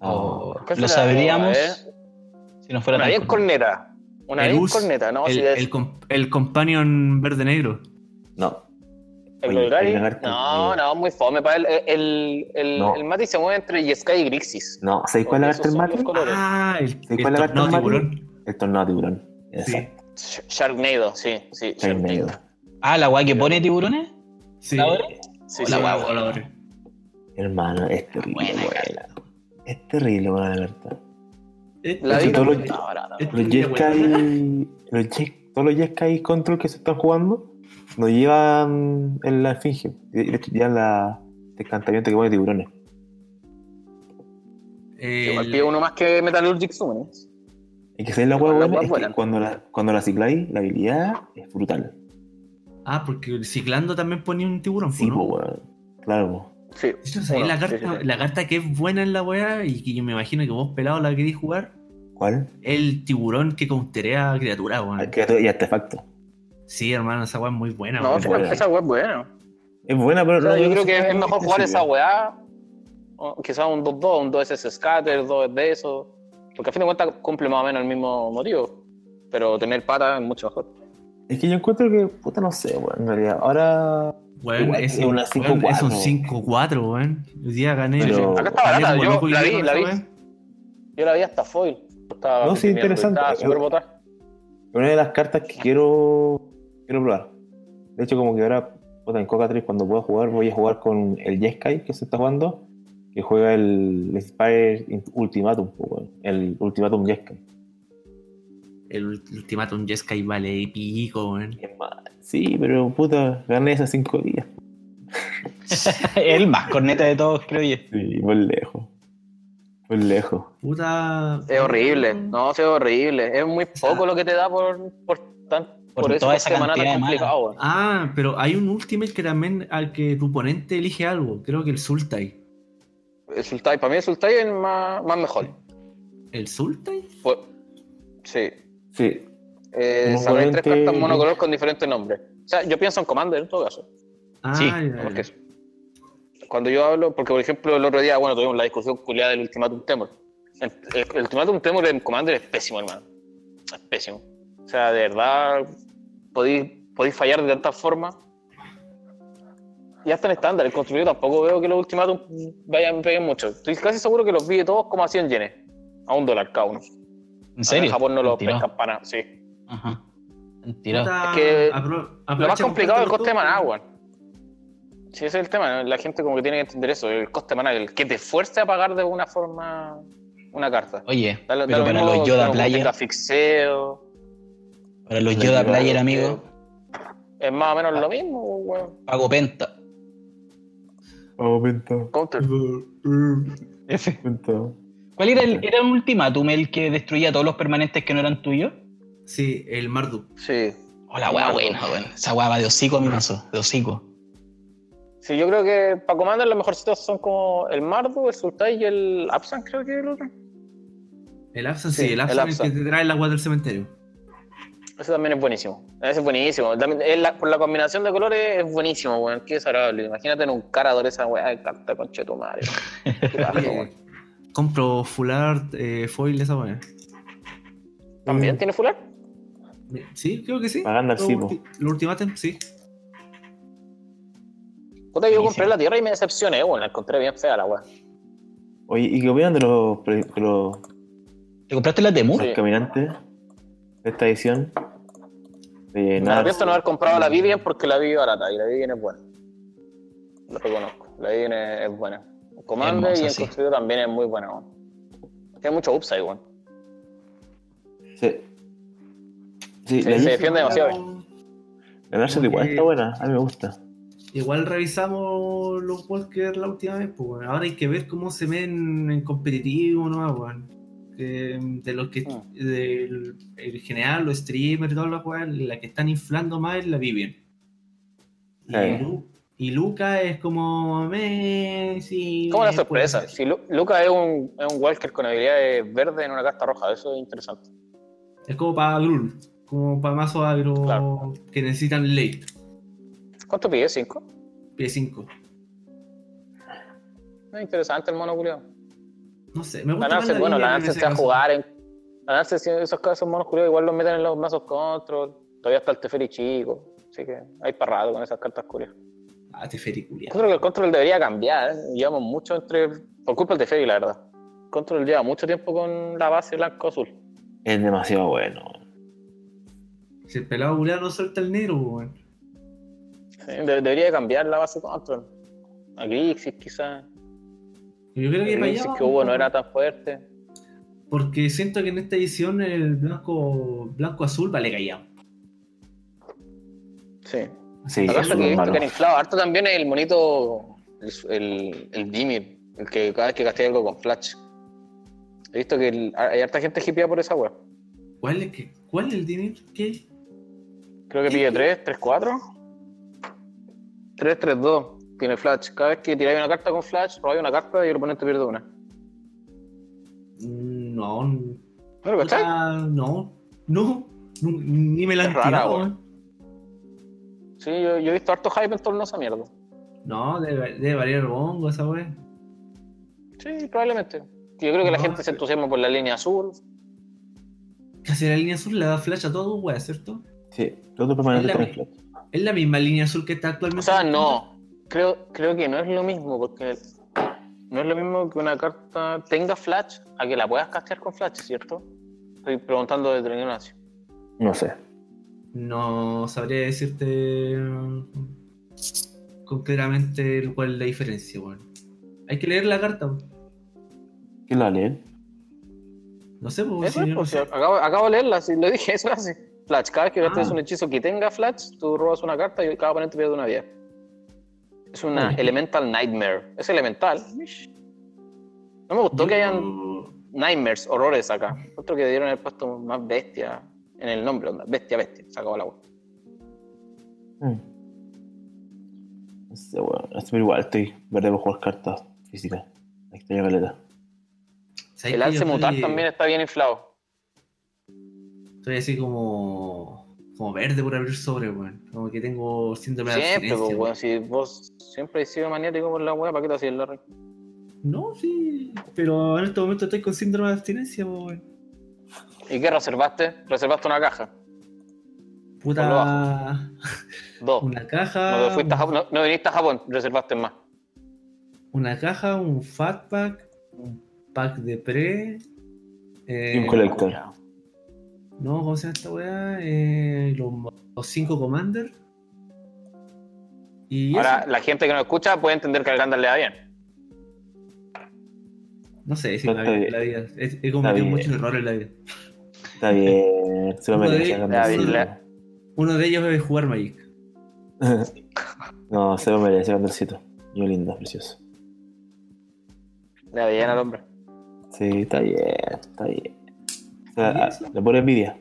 A: Oh.
B: Oh,
D: ¿Cuál
B: lo
D: será?
B: sabríamos
D: A ver.
B: si no fuera
D: Una
B: tan
D: bien
B: corto.
D: corneta. Una
C: El
D: bien
C: us-
D: corneta, ¿no?
C: el,
D: si es
C: el, com- el companion verde-negro.
A: No.
D: el
A: Oye,
D: Golgari.
A: el lagarto.
D: No, no, muy fome para él. eh, El, el, el,
A: No.
D: el Mati se mueve entre Yeskai y Grixis.
A: No. ¿Sabéis cuál es la
D: Oh,
A: carta
D: Esos
A: del
D: son los
A: Mati?
D: colores.
C: Ah, el,
A: ¿Sí,
C: el
A: cuál es la
C: tornado
A: carta
C: tiburón.
A: El tornado tiburón.
C: Sí,
A: Exacto.
D: Sh- Sharknado, sí, sí.
A: Está en medio.
B: Ah, la weá que pone tiburones.
C: sí.
B: ¿La otra?
D: Sí,
B: Hola,
D: sí,
B: la
C: guau,
B: guagua.
C: la otra.
A: Hermano, es terrible,
B: Buena
A: weón. Es terrible, buena la carta.
C: Este-
D: La
A: Sí,
D: vi.
A: todos los-
D: No, no, no.
A: Los Jeskai. Los Jes- Todos los Jeskai Control que se están jugando nos llevan en la esfinge. De de hecho, ya la el encantamiento que pone tiburones.
C: El-
D: Igual pide uno más que Metallurgic Summon. ¿eh?
A: Es que se la
D: Igual
A: hueá
D: las
A: buena
D: hueás
A: es que
D: vuelan.
A: cuando la, cuando la cicláis, la habilidad es brutal.
C: Ah, porque ciclando también ponía un tiburón. pues,
A: Sí,
C: ¿no?
A: po, weón. Claro, po.
D: pues, Sí.
C: De hecho, ¿sabéis
D: Bueno,
C: la, carta,
D: sí, sí, sí.
C: la carta que es buena en la weá y que yo me imagino que vos pelado la querís jugar?
A: ¿Cuál?
C: El tiburón que counterea a criatura,
D: Mm.
C: weón.
A: Ah, criatura Y artefacto.
C: Sí, hermano, esa weá es muy buena,
D: No,
C: weón.
D: esa
A: buena.
D: esa weá es buena.
A: Es buena, pero
D: O sea,
A: no-
D: yo
A: no
D: creo
A: sé este
D: que
A: cómo
D: es mejor jugar
A: accesible.
D: esa weá. o Quizás un 2-2, un 2S Scatter, 2 de eso. Porque a fin de cuentas cumple más o menos el mismo motivo. Pero tener pata es mucho mejor.
A: Es que yo encuentro que, puta, no sé, weón, en realidad. Ahora,
C: Weón,
A: Igual
C: es,
A: es una
C: weón, es
A: 5-4.
C: un 5-4, weón. Hoy día gané.
A: Sí, sí. Acá
D: está barata,
C: gané como
D: yo
C: loco hoy
D: la
C: día
D: vi,
C: con
D: la
C: esa
D: vi.
C: weá.
D: Yo la vi hasta foil. Estaba
A: No, sí,
D: teniendo,
A: interesante.
D: Estaba súper botada.
A: una de las cartas que quiero, quiero probar. De hecho, como que ahora, puta, en Coca 3, cuando pueda jugar, voy a jugar con el Jeskai que se está jugando, que juega el Spire Ultimatum, po, weón, el Ultimatum Jeskai.
C: El ult- ultimatum Jeskai vale y pico, weón.
A: Es más, Sí, pero puta, gané esas 5 días.
B: el más corneta de todos, creo yo.
A: Sí, por lejos. Por lejos.
C: Puta.
D: Es horrible. No, sí, es horrible. Es muy poco lo que te da por, por, tan,
B: Por
D: por, eso
B: toda
D: por
B: esa
D: semana
B: cantidad
D: tan
B: de mana.
D: complicado. weón.
C: Ah, pero hay un ultimate que también al que tu oponente elige algo. Creo que el Sultai.
D: El Sultai, para mí el Sultai es más, más mejor.
C: ¿El Sultai?
D: Fue- sí.
A: Sí,
D: Eh,
A: Como
D: sabré tres
A: oponente-
D: cartas monocolor con diferentes nombres. O sea, yo pienso en Commander en todo caso.
C: Ah,
B: Sí,
C: ya, ya.
D: Porque cuando yo hablo, porque por ejemplo el otro día, bueno, tuvimos la discusión culiada del Ultimatum Temor. El, el- el Ultimatum Temor en Commander es pésimo, hermano. Es pésimo. O sea, de verdad, podéis, podéis fallar de tantas formas. Y hasta en estándar, el construido tampoco veo que los Ultimatum vayan peguen mucho. Estoy casi seguro que los vi todos como a 100 yenes, a un dólar cada uno.
B: ¿En serio?
D: En Japón no los
B: Tirado.
D: pescan para nada, sí.
B: Ajá. Han tirado.
C: Puta,
D: Es que
C: apro-
D: Lo más
C: aprovecha
D: complicado es el
C: comprarte
D: coste de
C: los
D: maná,
C: dos,
D: weón. Sí, ese es el tema. La gente como que tiene que entender eso, el coste de maná, el que te fuerce a pagar de alguna forma una carta.
B: Oye,
D: Da lo- da
B: pero
D: lo
B: para
D: mismo
B: los Yoda
D: como que
B: Player,
D: tenga fixeo.
B: para los Yoda Player, amigos,
D: Es más o menos
B: Ah.
D: lo mismo, weón.
B: pago penta.
A: Oh, aumentó,
D: Counter.
B: F.
A: aumentó.
B: ¿Cuál era el, era un ultimátum el que destruía todos los permanentes que no eran tuyos?
C: Sí, el Marduk.
D: Sí.
B: Oh, la weá buena, weón. Esa weá va de hocico a mi mazo, de hocico.
D: Sí, yo creo que para Commander los mejorcitos son como el Mardu, el Sultai y el Absan, creo que es el otro.
C: El Absan,
D: Sí,
C: sí,
D: el
C: el Absan es el
D: Absan.
C: que te trae el agua del cementerio.
D: Ese también es buenísimo. Ese es buenísimo. También, es la- por la combinación de colores es buenísimo, weón. Qué desagradable. Imagínate en un carador esa weá de carta, conche tu madre. weón. Qué bajo, weón.
C: Compro full art, eh, foil, esa weá.
B: Mm.
D: ¿También tiene fular?
C: Sí, creo que sí.
A: Pagando al
C: Lo
A: Simo.
C: ulti- Lo ultimatum, sí.
D: Puta, yo
B: Sí,
D: compré
B: sí.
D: la tierra y me decepcioné, weón. La encontré bien fea la weá.
E: Oye, ¿y qué opinan de los, pre- de los
B: ¿Te compraste las de Moon?
D: Sí.
E: caminantes de esta edición? De
D: Me
E: nada.
D: arrepiento de no haber comprado
B: Mm.
D: la Vivian porque la vi barata y la Vivian es buena. Lo reconozco. La Vivian es, es buena. Commander
B: Hermosa,
D: y en
B: sí.
D: construido también es muy buena, weón. Tiene mucho upside, weón.
E: Sí. Sí,
D: Se,
E: la
D: se
E: Yeezy-
D: defiende demasiado. bien.
E: la Narset igual
C: Sí.
E: está buena, a mí me gusta.
C: Igual revisamos los Walker la última vez, pues, weón. ahora hay que ver cómo se ven en competitivo, ¿no? weón? Que, mm, de los que,
D: Ah.
C: del, en general, los streamers y todas las weas, la que están inflando más es la Vivian. Y,
D: Eh.
E: Sí.
C: Lu- y Luca es como, pues, me, sí,
D: ¿Cómo la
C: puede
D: sorpresa?
C: ser.
D: Si Lu- Luca es un, es un Walker con habilidades verdes en una carta roja, eso es interesante.
C: Es como para Grul, como para mazos agro
D: Claro.
C: que necesitan late,
D: ¿Cuánto pide? ¿Cinco?
C: P5.
D: Es interesante el mono culiado.
C: No sé, me
D: La
C: gusta. más
D: Nancy, bueno, la
C: Vivian en
D: Nancy
C: ese
D: se va a
C: caso.
D: jugar en. La Nancy, si esos casos monos curiosos, igual los meten en los mazos control. Todavía está el Teferi chico. Así que hay parrado con esas cartas curiosas.
C: Ah, Teferi, culiao.
D: Yo creo que el control debería cambiar. ¿eh? Llevamos mucho entre. Por culpa del Teferi, la verdad. El control lleva mucho tiempo con la base blanco-azul.
E: Es demasiado bueno.
C: Si el pelado culiao no suelta el negro, pues, weón.
D: Sí, de- debería cambiar la base control. A Grixis, quizás.
C: Yo creo que para allá
D: Grixis que
C: vamos,
D: hubo no
C: po,
D: era tan fuerte.
C: Porque siento que en esta edición el blanco blanco azul vale callado.
D: Sí.
E: Sí,
D: La
E: es
D: cosa que he
E: súper
D: visto
E: malo.
D: que han inflado harto también es el monito, el, el, el Dimir, el que cada vez que gasté algo con Flash. He visto que el- hay harta gente hippia por esa web.
C: ¿Cuál es que cuál es el dinero que
D: Creo que pide 3, 3, 4. 3, 3, 2. Tiene Flash. Cada vez que tiráis una carta con Flash, robáis una carta y el oponente pierde una.
C: Mm, no n-
D: ¿No lo cachai?
C: puta, no no nu- ni me la
D: Es
C: han
D: rara,
C: tirado,
D: weón.
C: weón.
D: Sí, yo, yo he visto harto hype en torno a esa mierda.
C: No, debe, debe variar bongo esa weá.
D: Sí, probablemente. Yo creo que la
C: No,
D: gente se
C: sí.
D: entusiasma por la línea azul.
C: Casi la línea azul le da flash a todo, weá, ¿cierto?
E: Sí, todo permanente
C: Es la-
E: con flash.
C: Es la misma línea azul que está actualmente.
D: O sea, no. Creo, creo que no es lo mismo, porque no es lo mismo que una carta tenga flash a que la puedas castear con flash, ¿cierto? Estoy preguntando de Ignacio.
E: No sé.
C: No sabría decirte mm, concretamente cuál es la diferencia, weón. Hay que leer la carta, weón.
E: ¿Quién la lee?
C: No sé, pues,
D: Eso
C: si
D: es,
C: yo no
D: pues,
C: sé.
D: acabo, acabo de leerla, si lo dije, eso es así. Flash, cada vez que gastes
C: Ah.
D: un hechizo que tenga flash, tú robas una carta y cada oponente pierde una vida. Es una
E: Oye.
D: Elemental Nightmare. Es elemental. No me gustó que hayan
C: Yo-
D: Nightmares, horrores acá. Otro que dieron el puesto más bestia en el nombre, onda. Bestia, bestia. Se acabó la web.
E: Mm. No sé, weón. Es pero igual, estoy verde por jugar cartas físicas. Extraño caleta.
C: ¿sabes
D: El
C: qué?
D: alce
C: Yo
D: mutar
C: estoy-
D: también está bien inflado.
C: Estoy así como. como verde por abrir sobre, weón. Como que tengo síndrome de
D: Siempre,
C: abstinencia.
D: pues,
C: weón.
D: weón. Si vos siempre has sido maniático por la weá, ¿para qué te hacías el Larry?
C: No, sí. Pero en este momento estoy con síndrome de abstinencia, po, weón.
D: ¿Y qué reservaste? Reservaste una caja. Ponlo
C: Puta.
D: Dos.
C: Una
D: No,
C: caja.
D: te fuiste a Japón- no, no viniste a Japón, reservaste más.
C: Una caja, un fat pack, un pack de pre. eh,
E: Y un colector.
C: No, ¿cómo se llama esta weá? Eh, los, los cinco commander. Y eso,
D: Ahora, la gente que nos escucha puede entender que al Gandalf le da bien.
C: no sé si
E: No,
C: la,
E: está bien.
C: la vida. He, he cometido
E: bien.
C: muchos errores en la vida.
E: Está bien. Se lo
C: Uno
E: merece.
C: de-
E: Gandalf.
D: de- de-
C: Uno de ellos es jugar Magic.
E: no, se lo merece, Gandalfcito. Niño lindo, precioso.
D: Le da bien al hombre.
E: Sí, está bien, está bien. O sea,
C: ¿Y
A: ah,
E: a-
C: eso?
E: le pone envidia.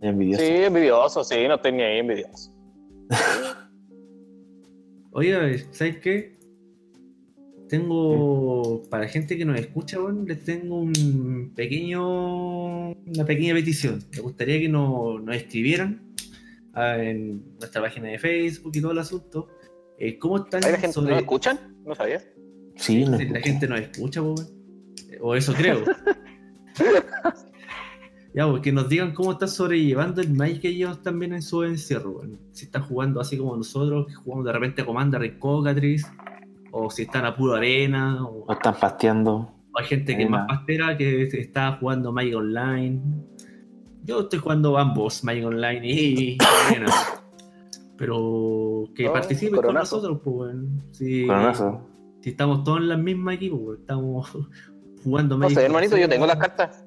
E: Es envidioso.
D: Sí, envidioso, sí, no estoy ni ahí envidioso.
C: Oye, ¿sabes qué? Tengo, para gente que nos escucha, weón, les tengo un pequeño, una pequeña petición. Me gustaría que no- nos escribieran ah, en nuestra página de Facebook y todo el asunto. eh, ¿Cómo están
D: ¿Hay la gente que
C: sobre-
D: no escuchan? No sabía.
E: Sí, no
C: si la
E: escucha.
C: gente nos escucha, po, weón? O eso creo. Ya, pues, que nos digan cómo está sobrellevando el Magic que ellos también en su encierro, weón. Si están jugando así como nosotros, que jugamos de repente Commander y Cocatriz, o si están a puro arena, o,
A: No están pasteando.
C: o hay gente que es
A: Arena.
C: más pastera que se está jugando Magic Online. Yo estoy jugando ambos, Magic Online y arena. Pero que
D: Oh,
C: participen con
D: coronazo.
C: nosotros, pues, weón. Si,
A: Coronazo.
C: si estamos todos en la misma equipo, weón. Estamos jugando
D: No
C: Magic
D: sé, hermanito, yo
C: Online.
D: tengo las cartas.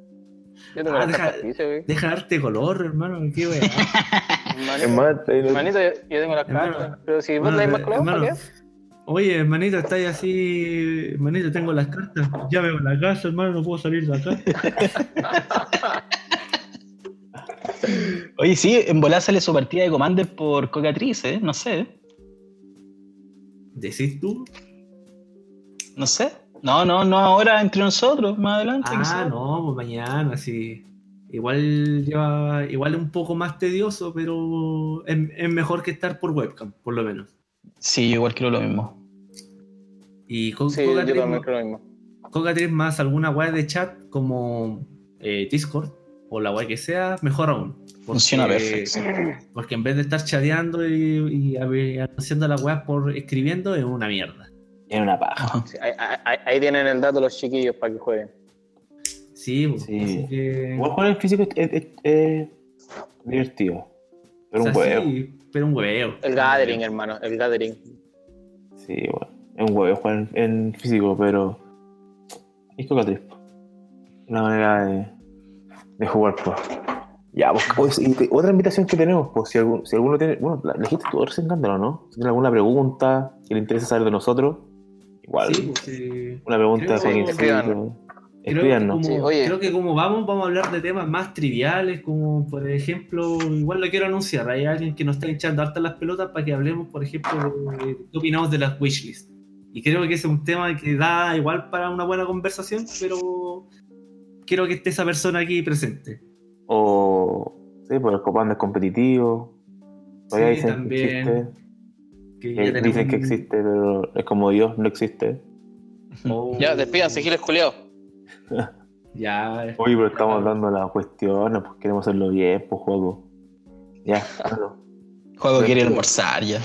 D: Yo tengo
C: Ah,
D: las
C: deja-
D: cartas, dice, güey.
C: Deja darte color, hermano. Qué weá.
F: Es
D: Hermanito,
F: más, eh, no-
D: hermanito, yo, yo tengo las
C: Hermano,
D: cartas. Pero si vos
C: Hermano,
D: tenés más color, ¿para
C: hermano,
D: qué?
C: Oye, hermanito, estáis así. Hermanito, tengo las cartas. Ya veo la casa, hermano, no puedo salir de acá.
B: Oye, sí, en volar sale su partida de Commander por Cocatriz, ¿eh? No sé.
C: ¿Decís tú?
B: No sé. No, no, no ahora entre nosotros, más adelante.
C: Ah,
B: quizás.
C: no, pues mañana, sí. Igual lleva, igual es un poco más tedioso, pero es, es mejor que estar por webcam, por lo menos.
B: Sí, yo igual quiero lo mismo.
C: Y con
D: Sí, yo también creo lo mismo.
C: Cocatriz más alguna web de chat como eh, Discord o la web que sea, mejor aún.
B: Funciona
C: Porque-
B: perfecto. sí.
C: Porque en vez de estar chateando y, y a ver, haciendo la weá por escribiendo, es una mierda.
A: En una paja.
D: Sí, ahí, ahí- ahí tienen el dato los chiquillos para que jueguen.
C: Sí, pues,
A: Sí.
C: así que-
A: Igual jugar en físico es, es- es- es divertido. Pero
C: o
A: un
C: sea,
A: huevo. Sí,
C: sí, pero un huevo.
D: El gathering, hermano, el gathering.
A: bueno. Es un huevo jugar en, en físico, pero. Es cocatriz. po. Una manera de, de jugar, pues. Ya, pues, oye, sí, y te- otra invitación que tenemos, pues, si, algún- si alguno tiene. Bueno, la, la gente tú recién cándalo, ¿no? Si tiene alguna pregunta que le interesa saber de nosotros, igual.
C: Sí, pues, sí.
A: una pregunta
C: Creo-
A: sobre
D: sí,
A: Escríbanos.
C: Creo que, como,
A: Escríbanos.
D: Sí, oye.
C: creo que como vamos, vamos a hablar de temas más triviales, como por ejemplo, igual lo quiero anunciar, hay alguien que nos está echando harta las pelotas para que hablemos, por ejemplo, de qué opinamos de las wishlists. Y creo que ese es un tema que da igual para una buena conversación, pero quiero que esté esa persona aquí presente.
A: O. Sí, por el copando es competitivo. Todavía
C: Sí,
A: dicen
C: también.
A: que existe.
C: Que
A: que
C: ya tenemos
A: dicen que
C: un-
A: existe, pero es como Dios, no existe.
C: Oh,
D: Ya, despídanse, Giles Culeado.
C: Ya.
A: Oye, pero estamos dando las cuestiones, pues queremos hacerlo bien, pues juego. Ya, bueno.
B: Juego quiere almorzar ya.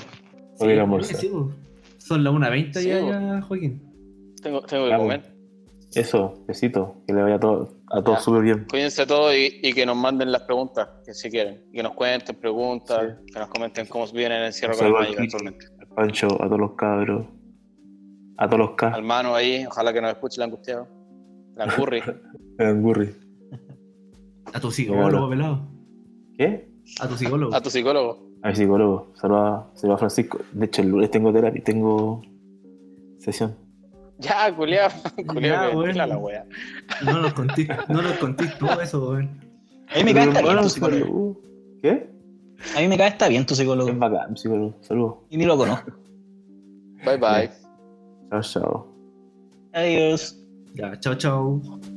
A: Voy a ir a
C: Sí,
A: almorzar.
C: sí, po. Son las 1.20
D: Sí,
C: ya,
D: po.
C: ya, Joaquín.
D: Tengo, tengo que
A: Ya,
D: comer.
A: Eso, besito. Que le vaya a todo, a todo
D: Ya.
A: súper bien.
D: Cuídense todos y, y que nos manden las preguntas que si quieren. Que nos cuenten preguntas, que nos comenten cómo vienen el encierro con el
A: Saludos al
D: Magic
A: Cristo.
D: actualmente.
A: Al Pancho, a todos los cabros. A todos los
D: Al
A: K.
D: mano ahí, ojalá que nos escuche el angustiado. La curry.
A: Al Gurri.
C: A tu psicólogo, pelado.
A: ¿Qué?
C: A tu psicólogo.
D: A tu psicólogo.
A: A mi psicólogo. Saludos a, saludos a Francisco. De hecho, el lunes tengo terapia, tengo sesión.
D: Ya, culiao. Culiao,
C: Ya,
D: que
C: bueno.
D: ventila la wea.
C: No nos contís, no nos contís todo eso, weón.
B: A mí me cae está bien tu psicólogo.
A: saludos. ¿Qué?
B: A mí me cae está bien tu
A: Es
B: psicólogo.
A: bacán, psicólogo. Saludos.
B: Y ni lo conozco.
D: Bye bye.
A: Chao, chao.
B: Adiós.
C: Ya, chao, chao.